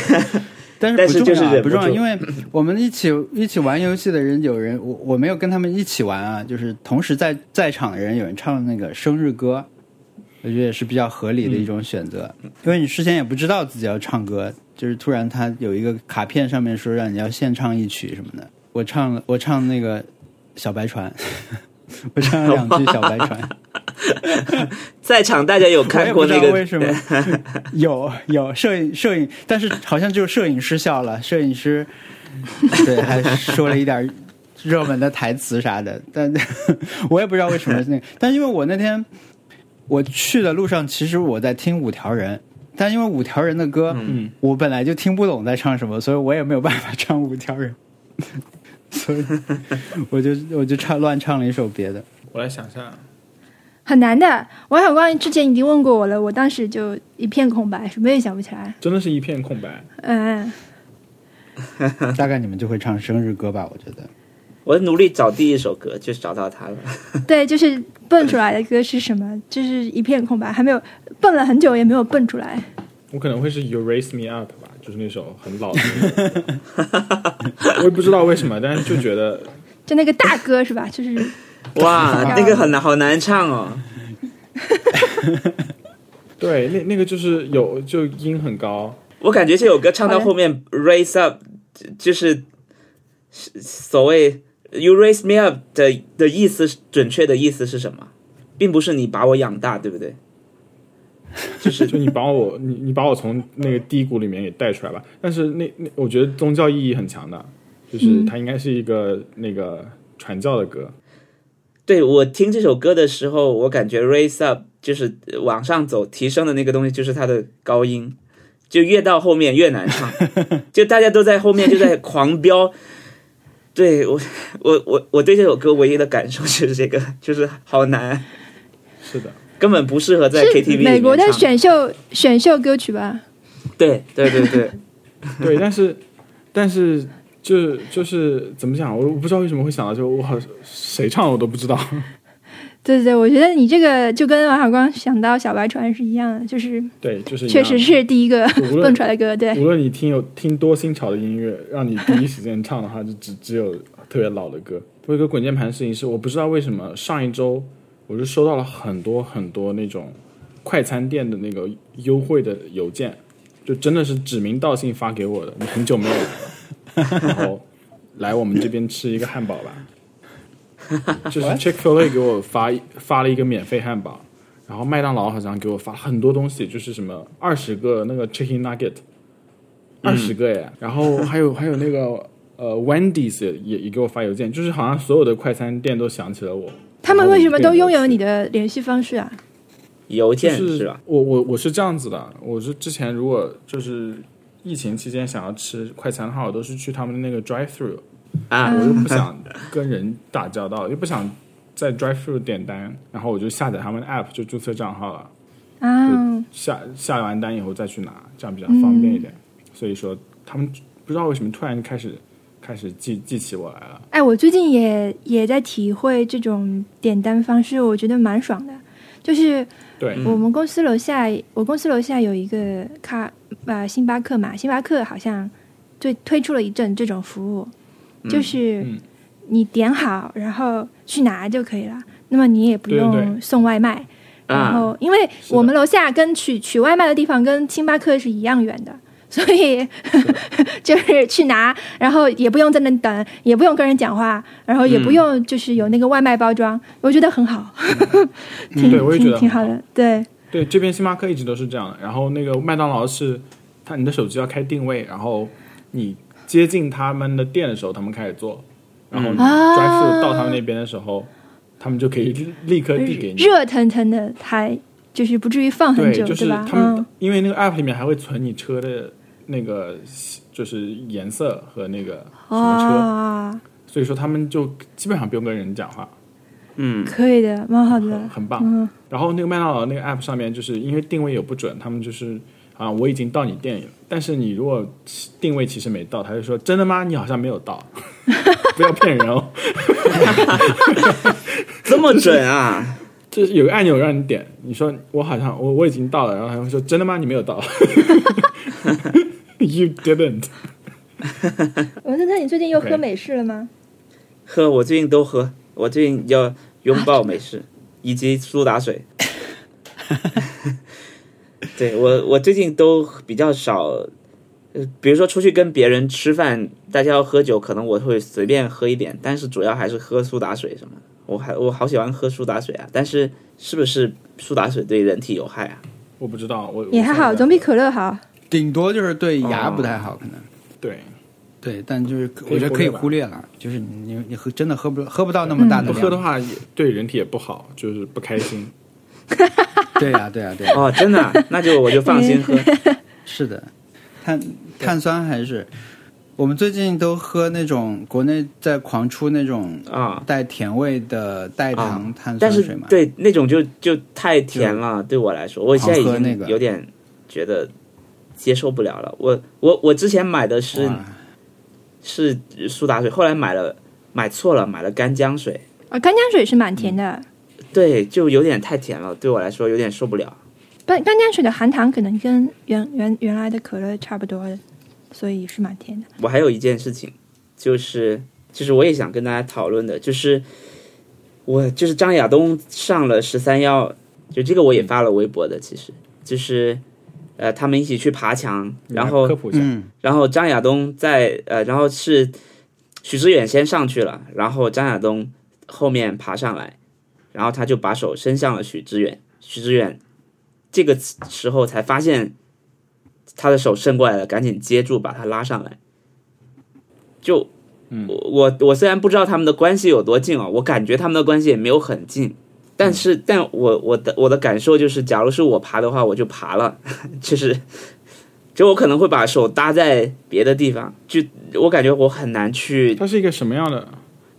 但
是
是
不
就
重
是
要啊、
忍
不
不
重要，
住
因为我们一起一起玩游戏的人，有人我我没有跟他们一起玩啊，就是同时在在场的人，有人唱那个生日歌，我觉得也是比较合理的一
嗯
种选择，因为你事先也不知道自己要唱歌，就是突然他有一个卡片上面说让你要献唱一曲什么的，我唱了我唱那个小白船， 我唱了两句小白船，
在场大家有
我也
看
不
过
知
那
道
个
为什么 有有摄影摄影，但是好像只有摄影师笑了，摄影师对还说了一点热门的台词啥的，但我也不知道为什么那个，但因为我那天我去的路上，其实我在听五条人，但因为五条人的歌，
嗯，
我本来就听不懂在唱什么，所以我也没有办法唱五条人，所以我就我就唱乱唱了一首别的。
我来想一下，
很难的。王小光之前已经问过我了，我当时就一片空白，什么也想不起来。
真的是一片空白。
嗯，
大概你们就会唱生日歌吧，我觉得。
我努力找第一首歌，就找到 它了。
嗯对，就是蹦出来的歌是什么？就是一片空白，还没有蹦了很久，也没有蹦出来。
我可能会是 You Raise Me Up 吧， 就是那首很老的那首歌。我也不知道为什么，但是就觉得
就那个大歌是吧？就是
哇，那个很难，好难唱哦。
对，那那个就是有就音很高，
我感觉这首歌唱到后面，raise up 就是所谓 you raise me up 的的意思，准确的意思是什么？并不是你把我养大，对不对？
就是就你把我 你你把我从那个低谷里面给带出来吧。但是那那我觉得宗教意义很强的，就
嗯
是它应该是一个、那个传教的歌。
对我听这首歌的时候，我感觉 raise up 就是往上走、提升的那个东西，就是它的高音，就越到后面越难 唱，就大家都在后面就在狂飙。对我，我我我对这首歌唯一的感受就是这个，就是好难，
是的，
根本不适合在 KTV 里
是
面
美国的
唱
选秀选秀歌曲吧？
对对对对，
对，但是但是就是就是怎么讲，我我不知道为什么会想到这个，我好谁唱的我都不知道。
对对对，我觉得你这个就跟王小光想到小白船是一样的，就是
对，就是一
确
样
实是第一个
就无
蹦
论
出来的歌，对
无论你听有听多新潮的音乐，让你第一时间唱的话，就只只有特别老的歌。我有个滚键盘的事情是，我不知道为什么上一周我就收到了很多很多那种快餐店的那个优惠的邮件，就真的是指名道姓发给我的，你很久没有来了，然后来我们这边吃一个汉堡吧。就是 Chick Fil A 给我发发了一个免费汉堡，然后麦当劳好像给我发很多东西，就是什么二十个那个 Chicken Nugget，二十个耶，然后还有 还有那个呃 Wendy's 也也也给我发邮件，就是好像所有的快餐店都想起了我。
他们为什么都拥有你
的？
的联系方式啊？
邮
就
件是
是
吧？
我我我是这样子的，我是之前如果就是疫情期间想要吃快餐的话，我都是去他们那个 drive through，
啊
我又不 想跟人打交道，又不想在 drive through 点单，然后我就下载他们的 app 就注册账号了。
啊，
下下完单以后再去拿，这样比较方便一点。
嗯
所以说他们不知道为什么突然开始开始记记起我来了。
哎，我最近也也在体会这种点单方式，我觉得蛮爽的。就是
对，
嗯
我们公司楼下，我公司楼下有一个咖啊，星巴克嘛，星巴克好像最推出了一阵这种服务，就是
嗯
你点好，然后去拿就可以了。那么你也不
对对对
用送外卖，然
啊，
后因为
是的
我们楼下跟取取外卖的地方跟星巴克是一样远的， 所以就是去拿，然后也不用在那等，也不用跟人讲话，然后也不用就是有那个外卖包装，我觉得很好，挺
对我也觉
挺
得
挺
很
好
好
的，对。
对，这边星巴克一直都是这样的。然后那个麦当劳是，它你的手机要开定位，然后你接近他们的店的时候，他们开始做，然后你 drive
啊
through 到他们那边的时候，他们就可以立立刻递给你。
热腾腾的，还就是不至于放很
对，
久，
就是
吧？
他们、
嗯，
因为那个 app 里面还会存你车的那个就是颜色和那个什么车。
啊，
所以说他们就基本上不用跟人讲话，
嗯，
可以的，蛮好的，
很棒。
嗯，
然后那个麦当劳那个 app 上面，就是因为定位有不准，他们就是啊，我已经到你店里了，但是你如果定位其实没到，他就说真的吗？你好像没有 到， 不要骗人哦。
这么准啊！
就是有个按钮让你点，你说我好像我我已经到了，然后他们说真的吗？你没有到 ，You didn't。
文森特，你最近又喝
对
美式了吗？
喝，我最近都喝，我最近要拥抱美 式以及苏打水。 对我，我最近都比较少，呃，比如说出去跟别人吃饭，大家要喝酒，可能我会随便喝一点，但是主要还是喝苏打水什么的。我还我好喜欢喝苏打水啊，但是是不是苏打水对人体有害啊？
我不知道，我
也还好，总比可乐好。
顶多就是对牙不太好，可能
对
对，但就是
哦以
我觉得可以
忽略吧嗯
忽略了，就是你你喝真的喝不喝不到那么大的
不喝的
量，
话也对人体也不好，就是不开心。
对呀对呀对呀，
哦，真的啊、那就我就放心 喝。
是的，碳碳酸还是我们最近都喝那种国内在狂出那种
啊
带甜味的代
啊
糖碳
但
酸
是
水嘛，
对那种就就太甜了，对我来说，我现在已
狂喝那
经
个
有点觉得接受不了了。我我我之前买的是
哇
是苏打水，后来买了买错了，买了干姜水，
啊，干姜水是蛮甜
嗯
的，
对，就有点太甜了，对我来说有点受不了。
干干姜水的含糖可能跟原原原来的可乐差不多的，所以是蛮甜的。
我还有一件事情，就是就是我也想跟大家讨论的，就是我就是张亚东上了十三幺，就这个我也发了微博的，其实就是呃他们一起去爬墙，然
来科
后
普一下，
嗯，
然后张亚东在呃然后是许知远先上去了，然后张亚东后面爬上来，然后他就把手伸向了许知远，许知远这个时候才发现他的手伸过来了，赶紧接住把他拉上来，就。我我我虽然不知道他们的关系有多近啊、我感觉他们的关系也没有很近，但是但我我的我的感受就是，假如是我爬的话，我就爬了， 就是就我可能会把手搭在别的地方，就我感觉我很难去，
它是一个什么样的？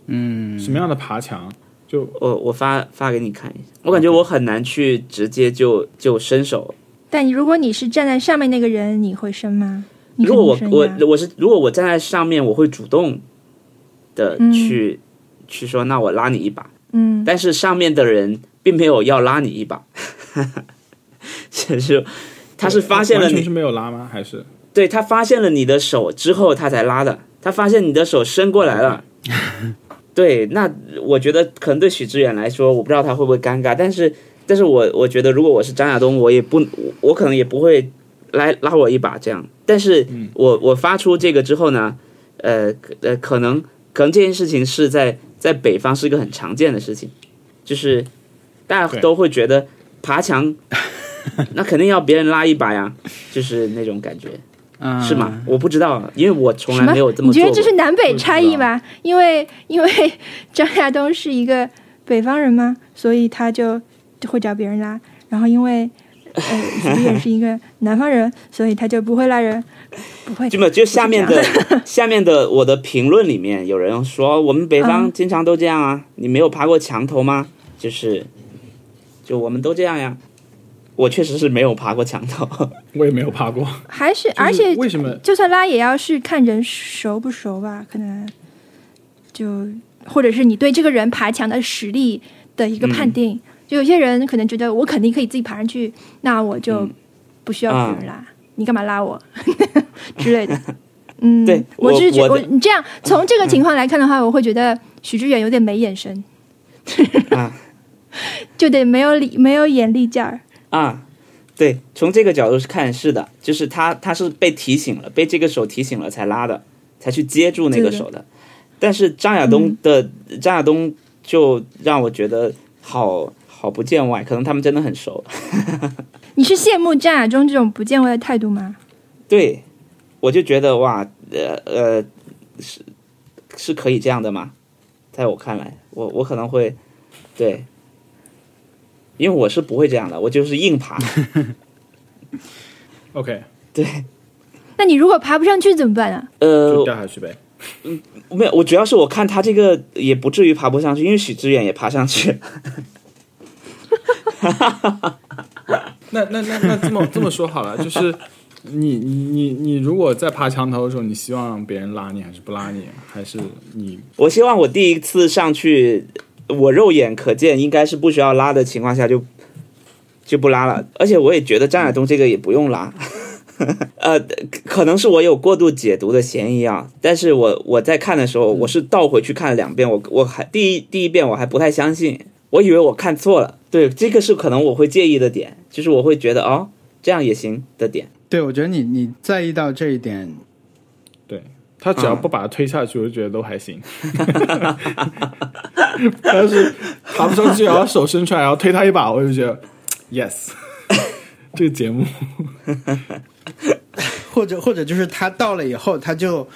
嗯，什么样的爬墙？就
我我发发给你看一下，我感觉我很难去直接就就伸手。
但如果你是站在上面那个人，你会伸吗？你
如果我
肯定伸
我
呀
我是如果我站在上面，我会主动的去、去说，那我拉你一把。
嗯，
但是上面的人并没有要拉你一把， 就是他是发现了
完全
你
是，没有拉吗？还是
对他发现了你的手之后，他才拉的。他发现你的手伸过来了，对，那我觉得可能对许知远来说，我不知道他会不会尴尬，但是，但是我我觉得如果我是张亚东，我也不，我我可能也不会来拉我一把这样。但是我我发出这个之后呢，呃可呃，可能可能这件事情是在在北方是一个很常见的事情，就是大家
对
都会觉得爬墙，那肯定要别人拉一把呀，就是那种感觉。
嗯
是吗？？我不知道，因为我从
什
来
么
没有这么
你觉
做
得这
过。
是南北差异吧？因为因为 张亚东是一个北方人嘛，所以他就会找别人拉。然后因为呃，许志远是一个南方人，所以他就不会拉人，不会
就没有，就下面的 下面的我的评论里面有人说，我们北方
嗯
经常都这样啊，你没有爬过墙头吗？就是，就我们都这样呀。我确实是没有爬过墙头，
我也没有爬过。
还是
就是
而且
为什么
就算拉也要是看人熟不熟吧，可能就或者是你对这个人爬墙的实力的一个判
嗯
定。就有些人可能觉得我肯定可以自己爬上去，那我就
嗯
不需要别人
啊
拉，你干嘛拉我 之 类的。嗯，
对
我
我
只是觉
我的
我你这样从这个情况来看的话，我会觉得许知远有点没眼神，
啊
就得没有力没有眼力劲儿。
啊，对，从这个角度是看是的，就是他他是被提醒了，被这个手提醒了才拉的，才去接住那个手的。但是张亚
嗯
东的、张亚东就让我觉得好好不见外，可能他们真的很熟。
你是羡慕张亚中这种不见外的态度吗？
对，我就觉得哇，呃呃，是是可以这样的吗？在我看来，我我可能会对，因为我是不会这样的，我就是硬爬。
OK，
那你如果爬不上去怎么办啊？
就
呃，
掉下去呗。
没有，我主要是我看他这个也不至于爬不上去，因为许知远也爬上去。
那那那那这么这么说好了，就是你你你你如果在爬墙头的时候，你希望让别人拉你还是不拉你，还是你
我希望我第一次上去，我肉眼可见应该是不需要拉的情况下就就不拉了，而且我也觉得张亚东这个也不用拉。 呃，可能是我有过度解读的嫌疑啊，但是我我在看的时候，我是倒回去看了两遍，我我还第一第一遍我还不太相信，我以为我看错了，对，这个是可能我会介意的点，就是我会觉得哦这样也行的点，
对，我觉得你你在意到这一点，
对他只要
嗯
不把他推下去，我就觉得都还行。 但是爬不上去，然后手伸出来，然后推他一把，我就觉得 yes。这个节目
或者或者就是他到了以后，他就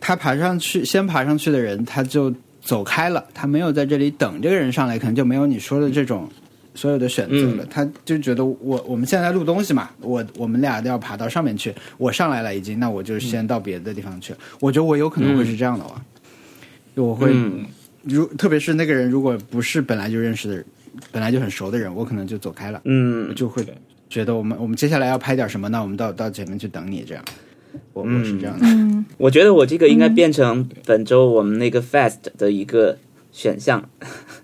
他爬上去，先爬上去的人他就走开了，他没有在这里等这个人上来，可能就没有你说的这种所有的选择了。他就觉得我我们现在在录东西嘛，我我们俩都要爬到上面去，我上来了已经，那我就先到别的地方去。我觉得我有可能会是这样的哇，我会、
嗯
如特别是那个人如果不是本来就认识的人，本来就很熟的人，我可能就走开了。
嗯，
就会
对
觉得我们我们接下来要拍点什么，那我们到到前面去等你这样。我我是这样的，
嗯，
我觉得我这个应该变成本周我们那个 fast 的一个选项。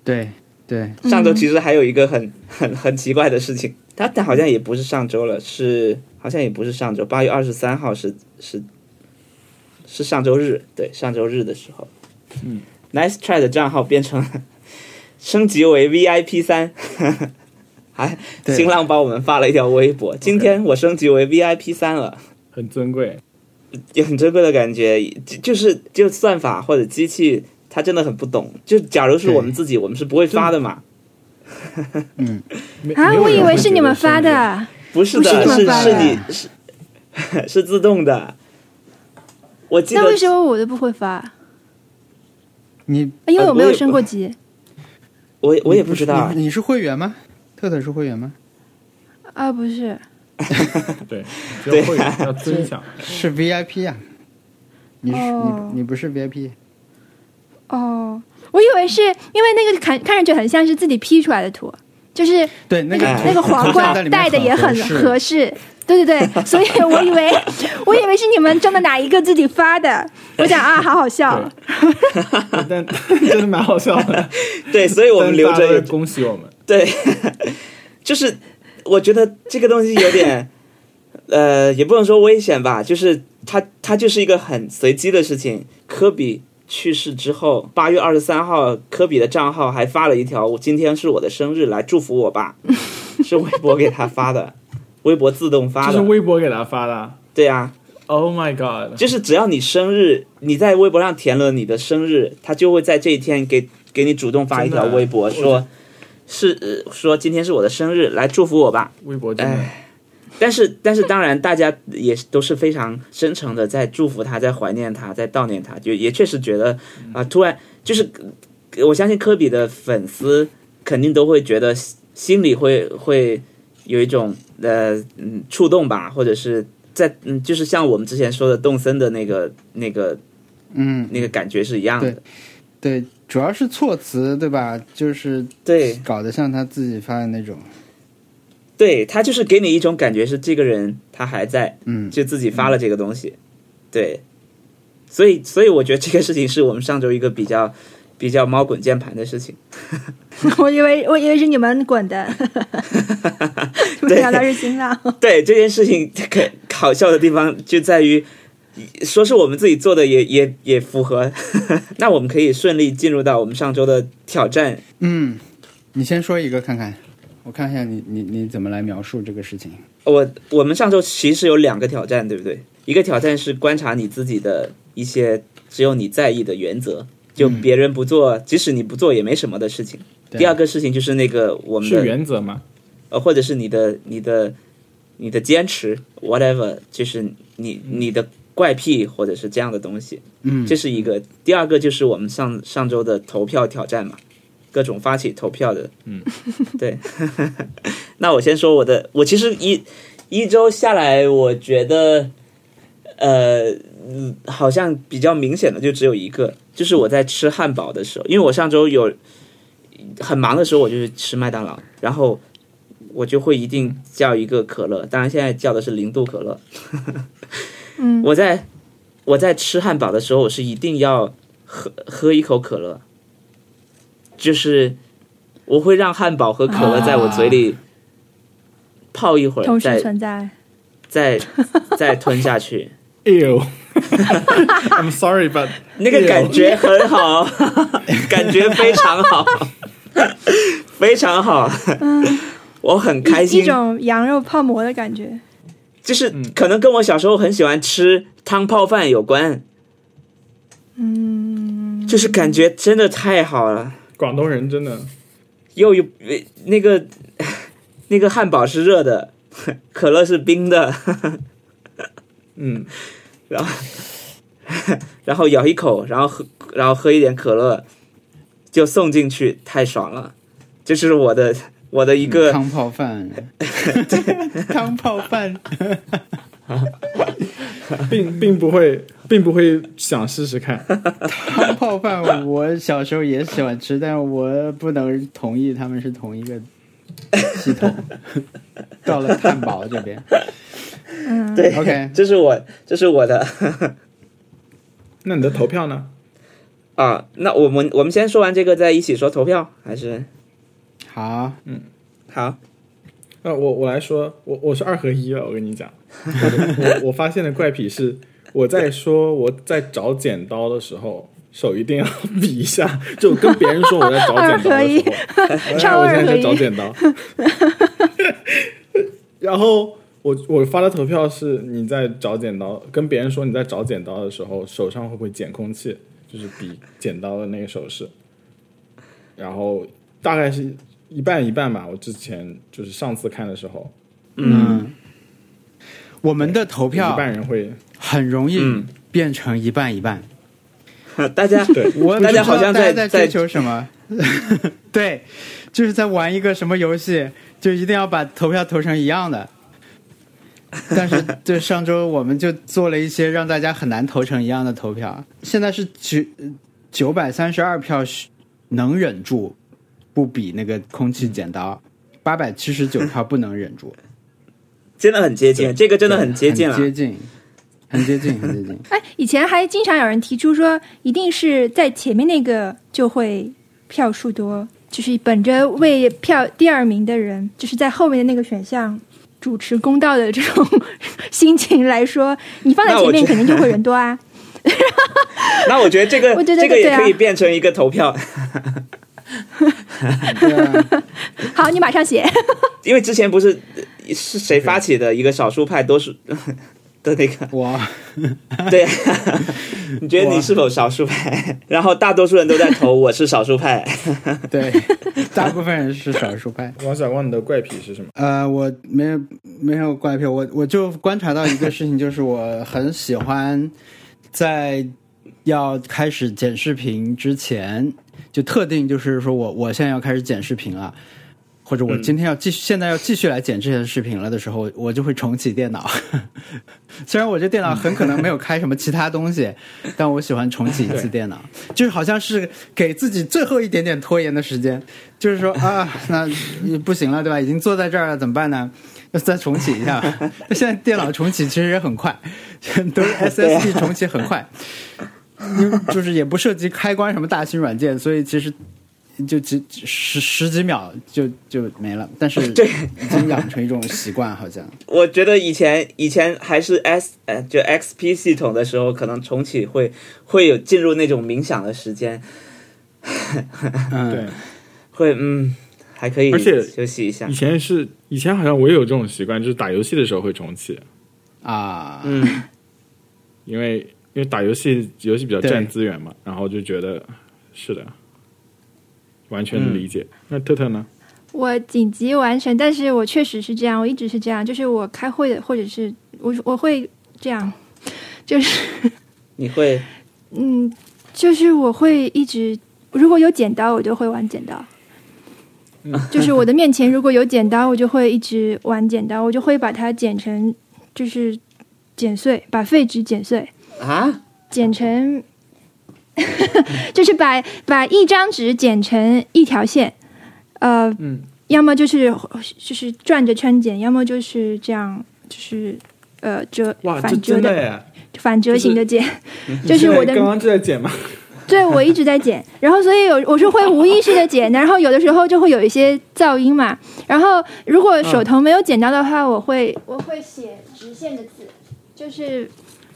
对对，
上周其实还有一个很 很很奇怪的事情，它它好像也不是上周了，是好像也不是上周，八月二十三号是是是上周日，对，上周日的时候，
嗯
，Nice Try 的账号变成了 升级为 VIP 三， 还
对
新浪帮我们发了一条微博，今天我升级为 VIP 三了。
很尊贵。
也很珍贵的感觉，就就是就算法或者机器，它真的很不懂。就假如是我们自己，我们是不会发的嘛？
嗯，
没
啊，
没有
我
人
以
会
为
觉
是
得
你们发
生日
的，
不是
不
的，
是这么
是
发
是
的
你是 是自动的。我记得
那为什么我都不会发？啊
你
因为
呃
我没
我
有
也
升
不
过级
我我也
你
不知
是
道
你。你是会员吗？特特是会员吗？
啊，不是，
对，只
对
有会员要尊享。
是 VIP 呀、你是、
哦
你你不是 VIP？
哦，我以为是因为那个看看上去很像是自己 P 出来的图，就是
对，那
那个
个
哎
头
那 个皇冠戴的也很合。适。对对对，所以我以为我以为是你们中的哪一个自己发的，我想啊，好好笑。
对但 真的蛮好笑的。
对，所 以我
但
们留
大家
着
都在
也
恭喜我们。
对，就是我觉得这个东西有点，呃，也不能说危险吧，就是它它就是一个很随机的事情。科比去世之后，八月二十三号，科比的账号还发了一条“我今天是我的生日，来祝福我吧”， 是微博给他发的，微博自动发
这是
的。
微博给他发的啊。
对啊，
Oh my god！
就是只要你生日，你在微博上填了你的生日，他就会在这一天给给你主动发一条
真的啊
微博，说是、呃、说今天是我的生日，来祝福我吧。
微博真的，
哎但是，但是，当然，大家也是都是非常真诚的在祝福他，在怀念他，在悼念他，就也确实觉得啊、突然就是，呃我相信科比的粉丝肯定都会觉得心心里会会有一种呃嗯触动吧，或者是在嗯，就是像我们之前说的动森的那个那个
嗯，
那个感觉是一样的，
对，主要是措辞对吧？就是
对
搞得像他自己发的那种。
对，他就是给你一种感觉是这个人他还在，
嗯，
就自己发了这个东西，对，所以所以我觉得这个事情是我们上周一个比较比较猫滚键盘的事 情，
我以为我以为是你们滚的，没想到是新浪。
对这件事情可好笑的地方就在于，说是我们自己做的也也也符合， 那我们可以顺利进入到我们上周的挑战，
嗯，你先说一个看看，我看一下你你你怎么来描述这个事情。
我我们上周其实有两个挑战，对不对？一个挑战是观察你自己的一些只有你在意的原则，就
嗯
别人不做，即使你不做也没什么的事情。
对
第二个事情就是那个我们
是
的
原则吗？
呃，或者是你的你的你的坚持，whatever，就是你你的怪癖或者是这样的东西，
嗯，
这是一个。第二个就是我们上上周的投票挑战嘛，各种发起投票的，
嗯，
对。那我先说我的，我其实一一周下来，我觉得，呃，嗯好像比较明显的就只有一个，就是我在吃汉堡的时候，因为我上周有很忙的时候，我就是吃麦当劳，然后我就会一定叫一个可乐，当然现在叫的是零度可乐。
嗯，
我在我在吃汉堡的时候，我是一定要喝喝一口可乐，就是我会让汉堡和可乐在我嘴里泡一会儿，
啊同时
再
存在。
再再吞下 去，
Ew！I'm sorry but
那个感觉很好，
哎
感觉非常好， 非常好，我很开
一
心
嗯一。种羊肉泡馍的感觉。
就是可能跟我小时候很喜欢吃汤泡饭有关，
嗯，
就是感觉真的太好了。
广东人真的
又有呃那个那个汉堡是热的，可乐是冰的，
嗯，
然后然后咬一口，然后喝然后喝一点可乐，就送进去，太爽了！这是我的我的一个、
汤泡饭，汤泡饭，
并并不会，并不会想试试看。
汤泡饭，我小时候也喜欢吃，但是我不能同意他们是同一个系统。到了汉堡这边，
嗯
对
OK
这是我这是我的
那你的投票呢？
啊。那我们我们先说完这个，再一起说投票，还是
好，
好？
那呃我我来说，我我是二合一了。我跟你讲，我我我发现的怪癖是，我在说我在找剪刀的时候，手一定要比一下，就跟别人说我在找剪刀的时候， 哎、
超
我
二
现在
合
在找
一，
剪刀。 然后我我发的投票是你在找剪刀，跟别人说你在找剪刀的时候，手上会不会捡空气，就是比剪刀的那个手势。然后大概是一半一半吧。我之前就是上次看的时候，
嗯，我们的投
有一
票
半人会
很容易
嗯
变成一半一半。
大家
对
我也不
大
知
家
道
好像
大家
在
在追
在
求什 么？对，就是在玩一个什么游戏，就一定要把投票投成一样的。但是，对上周我们就做了一些让大家很难投成一样的投票。现在是九九百三十二票是能忍住，不比那个空气剪刀；八百七十九票不能 忍住，
真的很接近，这个真的很接近了
很。接近，很接近，很接近。
哎，以前还经常有人提出说，一定是在前面那个就会票数多，就是本着为票第二名的人，就是在后面的那个选项主持公道的这种 心情来说，你放在
那我
前面
觉得
肯定就会人多啊。
那我觉得这个
我觉得
这个
对
也
啊
可以变成一个投票，
对啊，
好，你马上 写。
因为之前不是呃是谁发起的一个少数派多 数的那个
我
对，啊 你觉得你是否少数派？ 然后大多数人都在 投我是少数派，
对，大部分人是少数派。
王小光，你的怪癖是什么？
呃，我没有没有怪癖，我我就观察到一个事情，就是我很喜欢在要开始剪视频之前，就特定就是说我我现在要开始剪视频了，或者我今天要继续、现在要继续来剪这些视频了的时候，我就会重启电脑。虽然我这电脑很可能没有开什么其他东西， 但我喜欢重启一次电脑，就是好像是给自己最后一点点拖延的时间，就是说啊，那不行了，对吧？已经坐在这儿了，怎么办呢？那再重启一下。那现在电脑重启其实也很快， 都是 SSD 重启很快，因为就是也不涉及开关什么大型软件，所以其实就几十十几秒就就没了。但是已经养成一种习惯，好像
我觉得以前以前还是 S 呃就 XP 系统的时候，可能重启会会有进入那种冥想的时间，
嗯，
对，
会嗯还可以，
而且
休息一下
以，前是以前好像我也有这种习惯，就是打游戏的时候会重启，
啊，
嗯，
因为因为打游戏游戏比较占
对
资源嘛，然后就觉得是的，完全理解。那特特呢？
我紧急完成，但是我确实是这样，我一直是这样，就是我开会的，或者是我我会这样，就是
你会
嗯，就是我会一直，如果有剪刀，我就会玩剪刀。就是我的面前如果有剪刀，我就会一直玩剪刀，我就会把它剪成，就是剪碎，把废纸剪碎，
啊
剪成， 就是把把一张纸剪成一条线，呃，
嗯
要么就是就是转着圈剪，要么就是这样，就是呃折反折的
耶！
反折型的剪， 就是嗯
你
我的
刚刚就在剪 嘛，
对我一直在剪，然后所以有我是会无意识的剪的，然后有的时候就会有一些噪音嘛，然后如果手头没有剪刀的话，我会 我会写直线的字，就是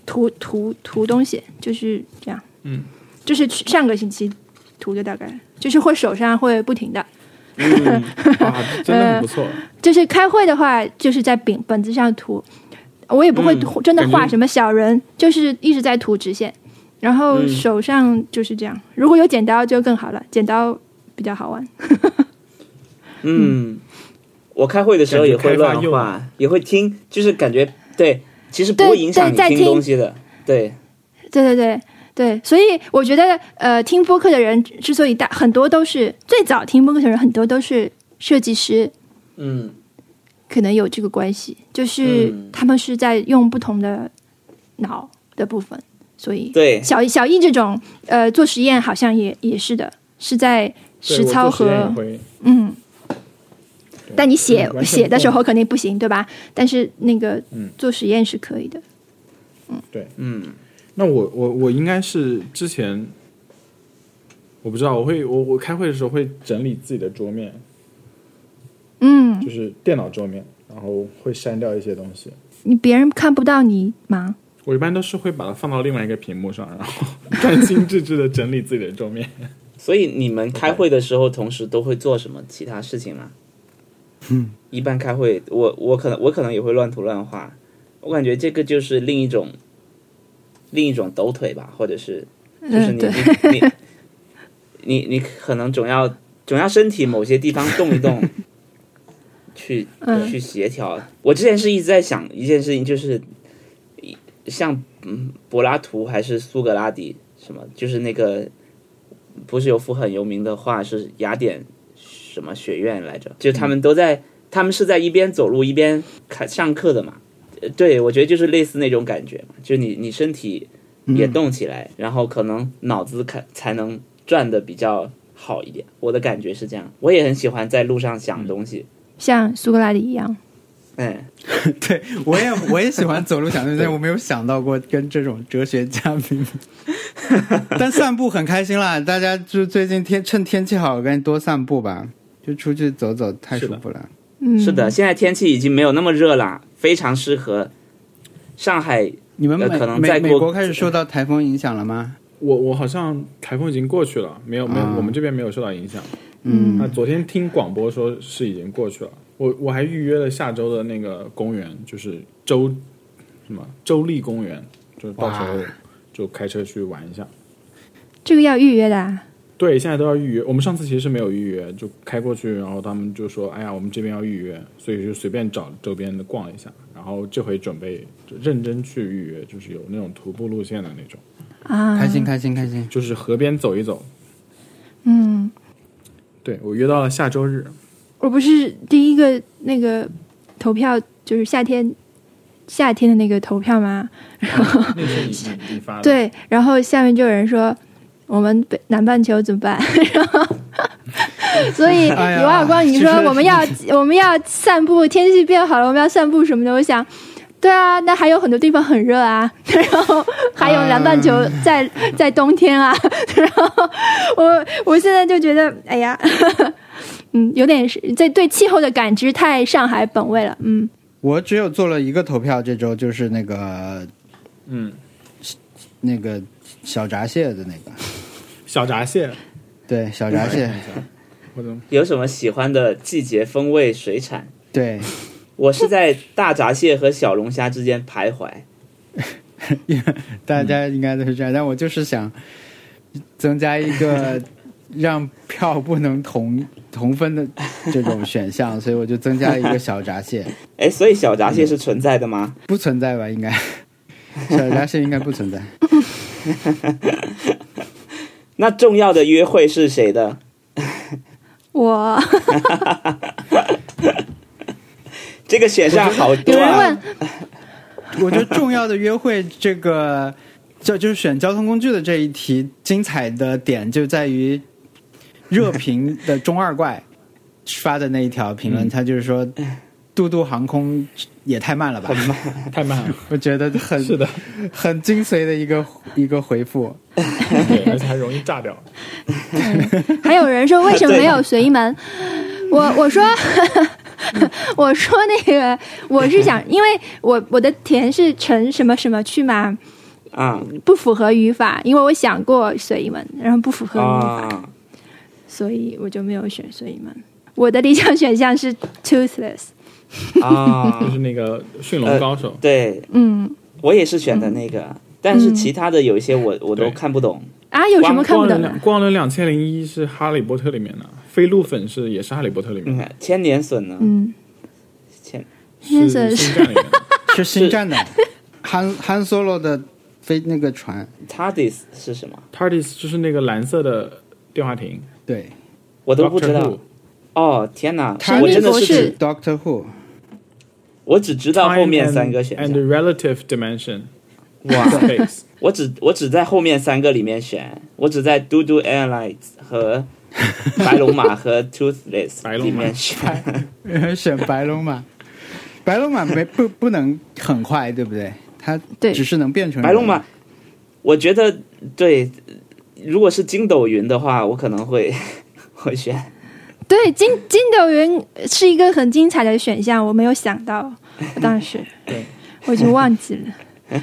涂涂涂东西，就是这样，
嗯，
就是去上个星期涂的大概，就是会手上会不停的，
哇，真的很不
呃
错。
就是开会的话，就是在本本子上涂，我也不会涂真的
感觉
画什么小人，就是一直在涂直线，然后
嗯
手上就是这样。如果有剪刀就更好了，剪刀比较好玩。
嗯，我开会的时候也会
感
乱
觉开发
画，也会听，就是感觉对，其实不会
对
影响你
对在
听
听
东西的，对，
对对对对，所以我觉得，呃，听播客的人之所以大，很多都是最早听播客的人，很多都是设计师，
嗯。
可能有这个关系，就是
嗯
他们是在用不同的脑的部分，所以
对
小易小易这种呃做实验好像也也是的，是在
对
实操和
我做实验也会
嗯。但你写
嗯完全
写的
不
时候肯定不行，对吧？但是那个
嗯
做实验是可以的。
嗯
那我我我应该是之前，我不知道，我会我我开会的时候会整理自己的桌面，
嗯，
就是电脑桌面，然后会删掉一些东西。
你别人看不到你忙，
我一般都是会把它放到另外一个屏幕上，然后 专心致志的整理自己的桌面。
所以你们开会的时候，同时都会做什么其他事情吗？
嗯，
一般开会，我我可能我可能也会乱涂乱画，我感觉这个就是另一种另一种抖腿吧，或者是就是
嗯，
你、
对，
你你你你可能总要总要身体某些地方动一动，去
嗯
去协调。我之前是一直在想一件事情，就是一像嗯柏拉图还是苏格拉底什么，就是那个不是有幅很有名的画是雅典什么学院来着？就他们都在，他们是在一边走路一边看上课的嘛。呃对，我觉得就是类似那种感觉嘛，就你你身体也动起来，然后可能脑子看才能转的比较好一点。我的感觉是这样，我也很喜欢在路上想东西。
像苏格拉底一样，
嗯，
对我也我也喜欢走路想东西，但我没有想到过跟这种哲学家比。 但散步很开心啦，大家就最近天趁天气好，赶紧多散步吧，就出去走走，太舒服了。
嗯，
是的，，现在天气已经没有那么热啦，非常适合上海。
你们美
呃可能
美
再过
美国开始受到台风影响了吗？
我我好像台风已经过去了，没有没有，
啊
我们这边没有受到影响。
嗯
那昨天听广播说是已经过去了，我我还预约了下周的那个公园，就是周什么周立公园，就是到时候
哇
就开车去玩一下。
这个要预约的、啊，
对，现在都要预约。我们上次其实是没有预约，就开过去，然后他们就说：“哎呀，我们这边要预约。”所以就随便找周边的逛一下。然后这回准备就认真去预约，就是有那种徒步路线的那种，
嗯
啊，
开心开心开心，
就是河边走一走。
嗯，
对我约到了下周日，
我不是第一个那个投票，就是夏天夏天的那个投票吗？
那是你你你发的，，
对，然后下面就有人说我们北南半球怎么办？ 然后，所以
哎呀
刘晓光，你
其
说
实
我 们要我们要散步，天气变好了，我们要散步什么的。我想，对啊，那还有很多地方很热啊， 然后还有南半球
嗯
在、在冬天啊， 然后我我现在就觉得，哎呀， 嗯，有点是在对气候的感知太上海本位了，嗯
我只有做了一个投票，这周就是那个
嗯，
那个小闸蟹的那个，
小闸蟹，哎
对小闸蟹，
我怎么
有什么喜欢的季节风味水产？
对，
我是在大闸蟹和小龙虾之间徘徊。
大家应该都是这样，但我就是想增加一 个让票不能同同分的这种选 项，所以我就增加了一个小闸蟹，
哎，所以小闸蟹是存在的吗？
不存在吧？应 该小闸蟹应该不存在。
那重要的约会是谁的？
我。
这个选项好多
有人
啊
问！
我觉得重要的约会这个就就是选交通工具的这一题，精彩的点就在于热评的中二 怪发的那一条评论，他就是说。嘟嘟航空也太慢了吧！
太慢了？
我觉得很
是的，
很精髓的一个一个回复。
对，而且还容易炸掉。
还有人说为什么没有随意门？我我说 我说那个我是想，因为我我的填是乘什么什么去嘛，
啊
不符合语法，因为我想过随意门，然后不符合语法，
啊！
所以我就没有选随意门。我的理想选项是 toothless，
就
啊
是，那个驯龙高
呃
手，
对
嗯
我也是选的那个，但是其他的有一些我我都
对
看不懂。
啊，有什么看不懂
光
的
轮？光轮两千零一是《哈利波特》里面的，飞鹿粉是也是《哈利波特》里面
你
的，
看千年隼呢？
嗯，
千
是
是
星战里面的。
是星战的，憨憨 solo 的飞那个船，
TARDIS 是什么？
TARDIS 就是那个蓝色的电话亭，
对
我都不知
Doctor
道
Who。
哦，天哪！
神
我
秘
真的
博
是
士
只
Doctor Who，
我只知道后面
Time and-
三个选项
and，relative dimension，
哇
space，
我只我只在后面三个里面选，我只在嘟嘟 Airlines 和白龙马和 Toothless
白龙马
里面选。
选白龙马，白龙马没不不能很快，对不对？它
对
只是能变 成
白龙
人
马，我觉得对，如果是筋斗云的话，我可能会会选。
对筋筋斗云是一个很精彩的选项，我没有想到，当时
对
我已经忘记了。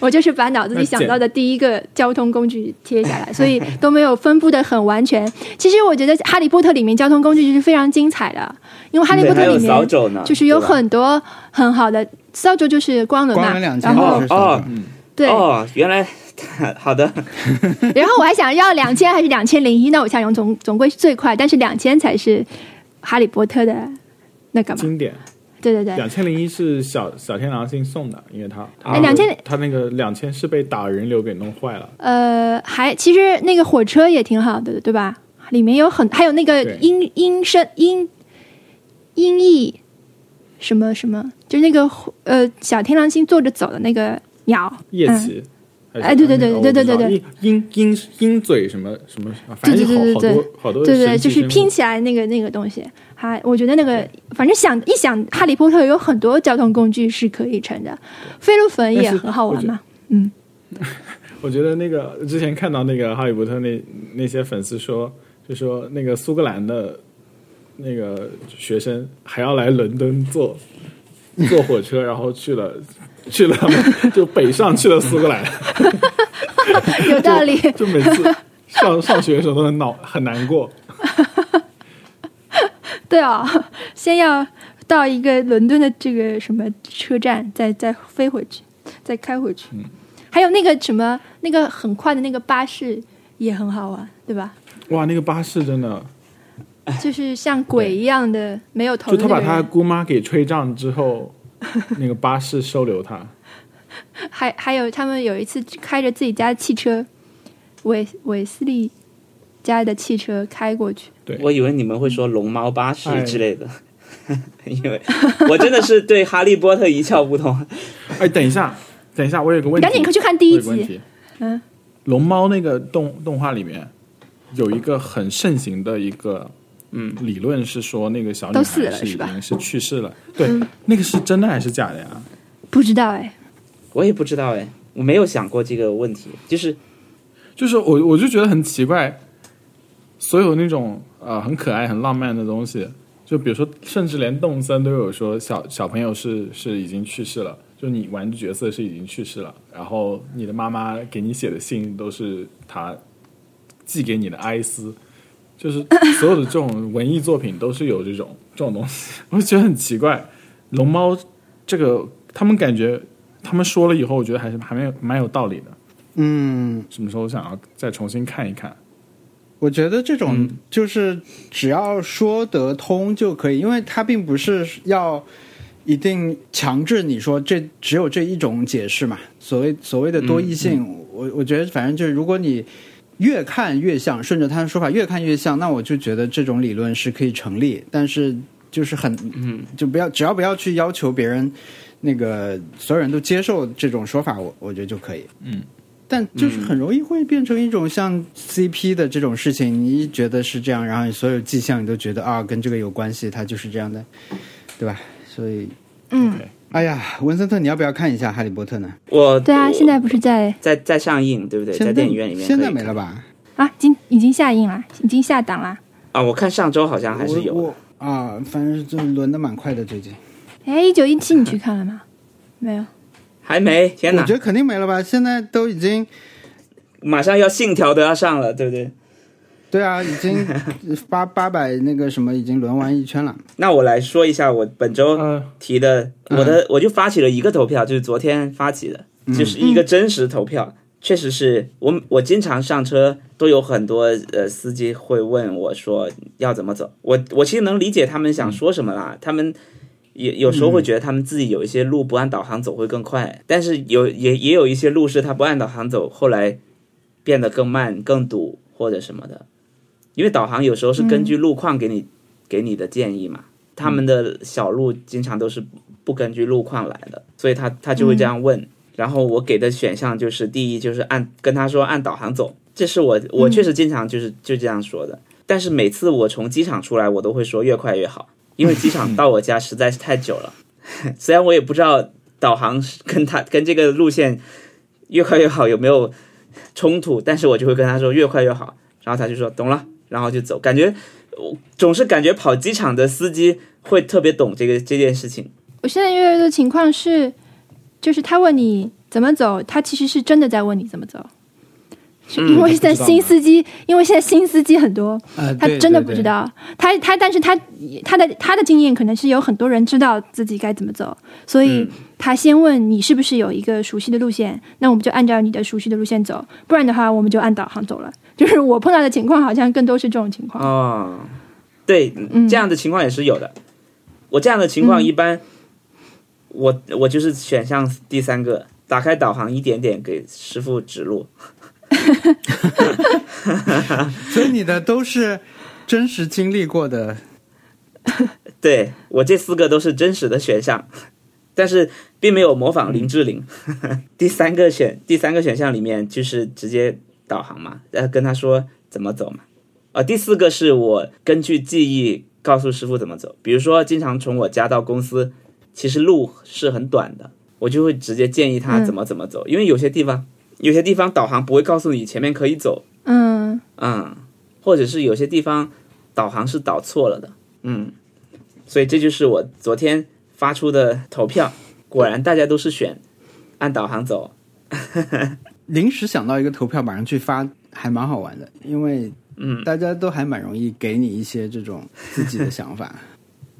我就是把脑子里想到的第一个交通工具贴下来，所以都没有分布的很完全。其实我觉得《哈利波特》里面交通工具就是非常精彩的，因为《哈利波特》
对
里
还有扫帚呢
面就是有很多很好的扫帚，就是光轮
光
嘛
轮两。千
然后
是什
哦
么？
对，
哦，原来 好的，
然后我还想要两千还是两千零一，那我想用总总归是最快，但是两千才是《哈利波特》的那个嘛。
经典。
对对对，
两千零一是小小天狼星送的，因为他他
哎2000
他那个两千是被打人流给弄坏了，
呃，还其实那个火车也挺好的，对吧？里面有很还有那个
对
音音声音音译什么什么，就是那个火呃小天狼星坐着走的那个鸟，
夜
嗯，
骑。还是
哎对对对
那个
对对对对，
鹰鹰鹰鹰嘴什么什么，反正
对
好
对对
好
对
多好多
对对，
哦神奇
就是
生物
拼起来那个那个东西。还我觉得那个反正想一想，哈利波特有很多交通工具是可以乘的，飞鹿粉也
但是
很好
我
玩
觉
嘛。
我觉得那个之前看到那个《哈利波特那》那些粉丝说，就说那个苏格兰的那个学生还要来伦敦坐坐火车，然后去了去了 就北上去了苏格兰，
有道理。
就每次上上学的时候都很恼很难过。
对哦，先要到一个伦敦的这个什么车站，再再飞回去，再开回去。
嗯
还有那个什么，那个很快的那个巴士也很好玩，对吧？
哇，那个巴士真的，
就是像鬼一样的没有
哎
头
就他
的那
把
个
他
人，
姑妈给吹胀之 后，那个巴士收留他。
还还有他们有一次开着自己家的汽车，韦韦斯利家的汽车开过去，
对
我以为你们会说龙猫巴士
哎
之类的， 因为我真的是对哈利波特一窍不通。
哎，等一下，等一下，我有个问题，
赶紧快去看第一
我有个问
集。
题，
嗯，
龙猫那个动动画里面有一个很盛行的一个嗯理论是说，那个小女
都
孩
死了
是已
是吧嗯
经是去世 了，对，那个是真的还是假的呀？
不知道哎，
我也不知道哎，我没有想过这个问题，就是
就是我我就觉得很奇怪，所有那种呃很可爱很浪漫的东西，就比如说甚至连动森都有说小小朋友是是已经去世了。就你玩的角色是已经去世了，然后你的妈妈给你写的信都是她寄给你的哀思，就是 所有的这种文艺作品都是有这种这种东西，我就觉得很奇怪。龙猫这个，他们感觉他们说了以后，我觉得还是还没有蛮有道理的。
嗯，
什么时候想要再重新看一看？
我觉得这种就是只要说得通就可以，因为它并不是要一定强制你说这只有这一种解释嘛。所谓所谓的多义性，我我觉得反正就是如果你越看越像，顺着他的说法越看越像，那我就觉得这种理论是可以成立，但是就是很嗯，就不要只要不要去要求别人那个所有人都接受这种说法，我我觉得就可以。但就是
嗯
很容易会变成一种像 CP 的这种事情，你一觉得是这样，然后你所有迹象你都觉得啊跟这个有关系，它就是这样的，对吧？所以，
嗯，
哎呀，文森特，你要不要看一下《哈利波特》呢？
我
对啊，
我
现在不是在
在在上映，对不对？
现
在
在
电影院里面
现
可
在
以
没了
看
吧？
哦
啊，已经已经下映了，已经下档了。
啊？我看上周好像还是有
我
的，
我啊，反正就轮的蛮快的最近。
哎，一九一七你去看了吗？没有。
还没。天
我
哪
觉，得肯定没了吧？现在都已经
马上要《信条》都要上了，对不对？
对啊，已 经八八百那个什么已经轮完一圈了。
那我来说一下我本周
呃
嗯、
提的，我的我就发起了一个投票，就是昨天发起的，就是一个真实投票。确实是我，我经常上车都有很多呃司机会问我说要怎么走。我我其实能理解他们想说什么啦，他们也有时候会觉得他们自己有一些路不按导航走会更快，但是有也也有一些路是他不按导航走，后来变得更慢、更堵或者什么的。因为导航有时候是根据路况给你、给你的建议嘛，他们的小路经常都是不根据路况来的，所以他他就会这样问。然后我给的选项就是第一就是按跟他说按导航走，这是我我确实经常就是、就这样说的。但是每次我从机场出来，我都会说越快越好，因为机场到我家实在是太久了。 虽然我也不知道导航是跟他跟这个路线越快越好有没有冲突，但是我就会跟他说越快越好，然后他就说懂了，然后就走。感觉我总是感觉跑机场的司机会特别懂这个这件事情。
我现在遇到的情况是，就是他问你怎么走，他其实是真的在问你怎么走。因为现在新司机，因为现在新司机很多，
啊，
他
对
真的
对
不
对
知道，他他，但是他他的他的经验可能是有很多人知道自己该怎么走，所以
嗯
他先问你是不是有一个熟悉的路线，那我们就按照你的熟悉的路线走，不然的话我们就按导航走了。就是我碰到的情况好像更多是这种情况，
哦，对，
嗯
这样的情况也是有的。我这样的情况
嗯
一般，我我就是选项第三个，打开导航一点点给师傅指路。
所以你的都是真实经历过的，
对我这四个都是真实的选项， 但是并没有模仿林志玲。 第三个选第三个选项里面就是直接导航嘛，然后跟他说怎么走嘛。呃，第四个是我根据记忆告诉师傅怎么走，比如说经常从我家到公司，其实路是很短的，我就会直接建议他
嗯
怎么怎么走，因为有些地方有些地方导航不会告诉你前面可以走，
嗯
嗯，或者是有些地方导航是导错了的，嗯，所以这就是我昨天发出的投票，果然大家都是选按导航走，
临时想到一个投票，马上去发，还蛮好玩的，因为
嗯
大家都还蛮容易给你一些这种自己的 想法，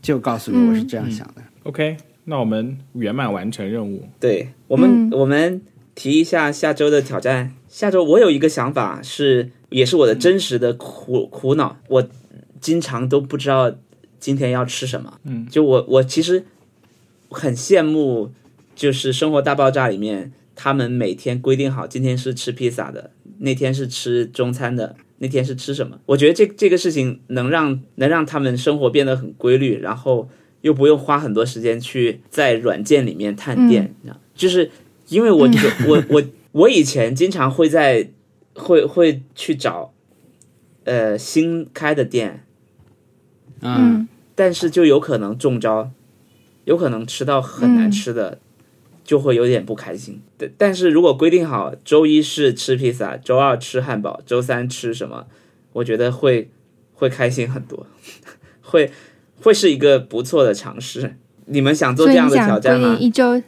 就告诉你我是这样想的。
OK，那我们圆满完成任务。
对我们、
嗯
我们提一下下周的挑战，下周我有一个想法是，也是我的真实的苦苦恼，我经常都不知道今天要吃什么，
嗯，
就我我其实很羡慕，就是《生活大爆炸》里面他们每天规定好，今天是吃披萨的，那天是吃中餐的，那天是吃什么？我觉得这这个事情能让能让他们生活变得很规律，然后又不用花很多时间去在软件里面探店，你知道就是因为我、我我我以前经常会在会会去找呃新开的店，
嗯，
嗯
但是就有可能中招，有可能吃到很
嗯
难吃的，就会有点不开心。但但是如果规定好周一是吃披萨，周二吃汉堡，周三吃什么，我觉得会会开心很多， 会会是一个不错的尝试。你们想做
所
这
以
样
你
的
想
挑
规
战
定
吗？
一周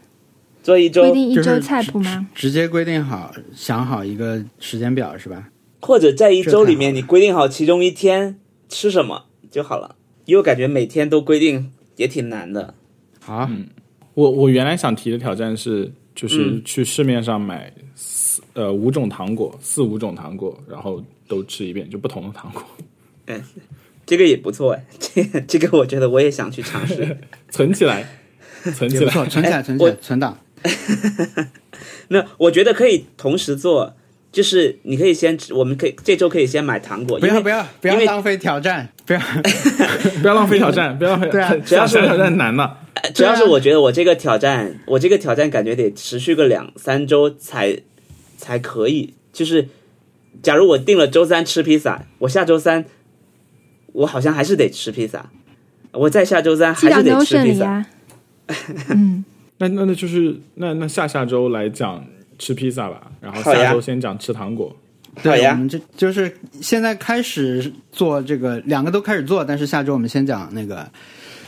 做一
规
周，
定一
就是
周菜谱吗？
直接规定好，想好一个时间表是吧？
或者在一
这太
周
好
里面，你规定好其中一天吃什么就好了。因为我感觉每天都规定也挺难的。
好，
我我原来想提的挑战是，就是
嗯
去市面上买四呃五种糖果，四五种糖果，然后都吃一遍，就不同的糖果，
这个也不错哎，这个这个我觉得我也想去尝试。
存起 来，存起
也不
来。
错，存起来，存起
哎我
来，存档。
那我觉得可以同时做，就是你可以先，我们可以这周可以先买糖果，
不
因
要
为
不要不要
因为
浪费挑战，不要
不要浪费挑 战，不要浪费。
对啊
只要是
挑战难了，
呃主要是我觉得我这个挑战，我这个挑战感觉得持续个两三周才才可以。就是假如我定了周三吃披萨，我下周三我好像还是得吃披萨，我在下周三
记
还
到
是得吃
Notion
披
里
萨。
啊。嗯，
那那那就是那那下下周来讲吃披萨吧，然后
好呀
下周先讲吃糖果。
好
对，
呀
我们就就是现在开始做这个，两个都开始做，但是下周我们先讲那个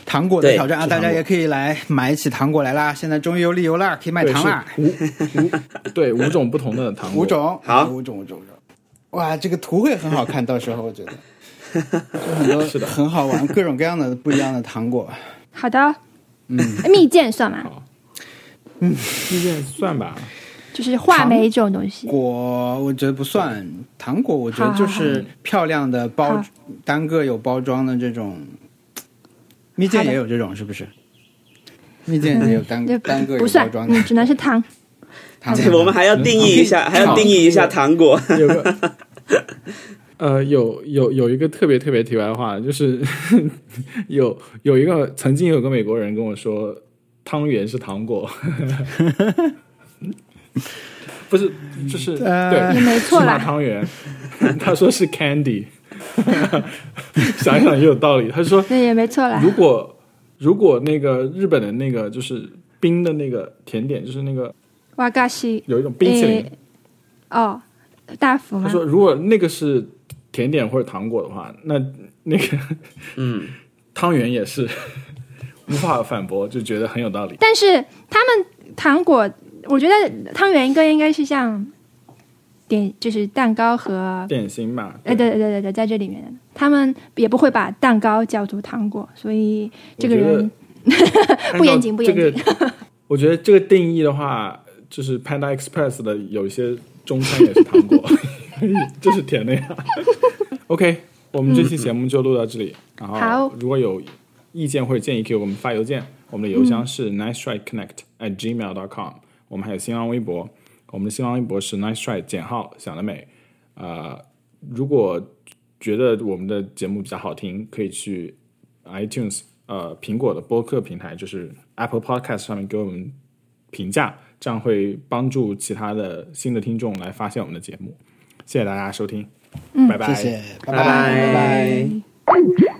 糖果的
对
挑战啊，
吃
大
糖
家
果
也可以来买起糖果来啦。现在终于有理由啦，可以买
对，
糖啦，
是五五对五种不同的糖果，
五种，
好
五种，五种，五种。哇，这个图会很好看，到时候我觉得，就很多
是的
很好玩，各种各样的不一样的糖果。
好的。嗯，蜜饯算吗？
意见算吧。
就是话梅这种东西。
果我觉得不算，糖果我觉得就是漂亮的包
好，
单个有包装的这种，蜜饯也有这种是不是？蜜饯也有单
就
单个有
嗯不
包
算，
装的
嗯，只能是糖。
糖
对，我们还要定义一下，还要定义一下糖果。
有个呃，有有有一个特别特别题外话，就是 有有一个曾经有个美国人跟我说，汤圆是糖果，不是，就是、
呃
对，
也没错
芝麻
啦
汤圆，他说是 candy，想一想也有道理。他说
那也没错啦
如。果如果那个日本的那个就是冰的那个甜点，就是那个
哇嘎西，
有一种冰淇淋。
哦，大福
他
吗？
说，如果那个是甜点或者糖果的话，那 那个
嗯，
汤圆也是无法反驳，就觉得很有道理。
但是他们糖果，我觉得汤圆更应该是像点，就是蛋糕和
点心嘛，
哎，对对对对，在这里面的他们也不会把蛋糕叫做糖果，所以这个人不严谨，不严谨。
这个、我觉得这个定义的话，就是 Panda Express 的有一些中餐也是糖果， 就是甜的呀。OK，我们这期节目就录到这里。然后
好，
如果有意见或者建议，给我们发邮件。我们的邮箱是
嗯
nice try connect at gmail dot com。我们还有新浪微博，我们的新浪微博是 nice try 减号想得美。呃，如果觉得我们的节目比较好听，可以去 iTunes 呃苹果的播客平台，就是 Apple Podcast 上面给我们评价，这样会帮助其他的新的听众来发现我们嗯的节目。谢谢大家收听，拜拜。
谢谢，拜
拜
拜拜。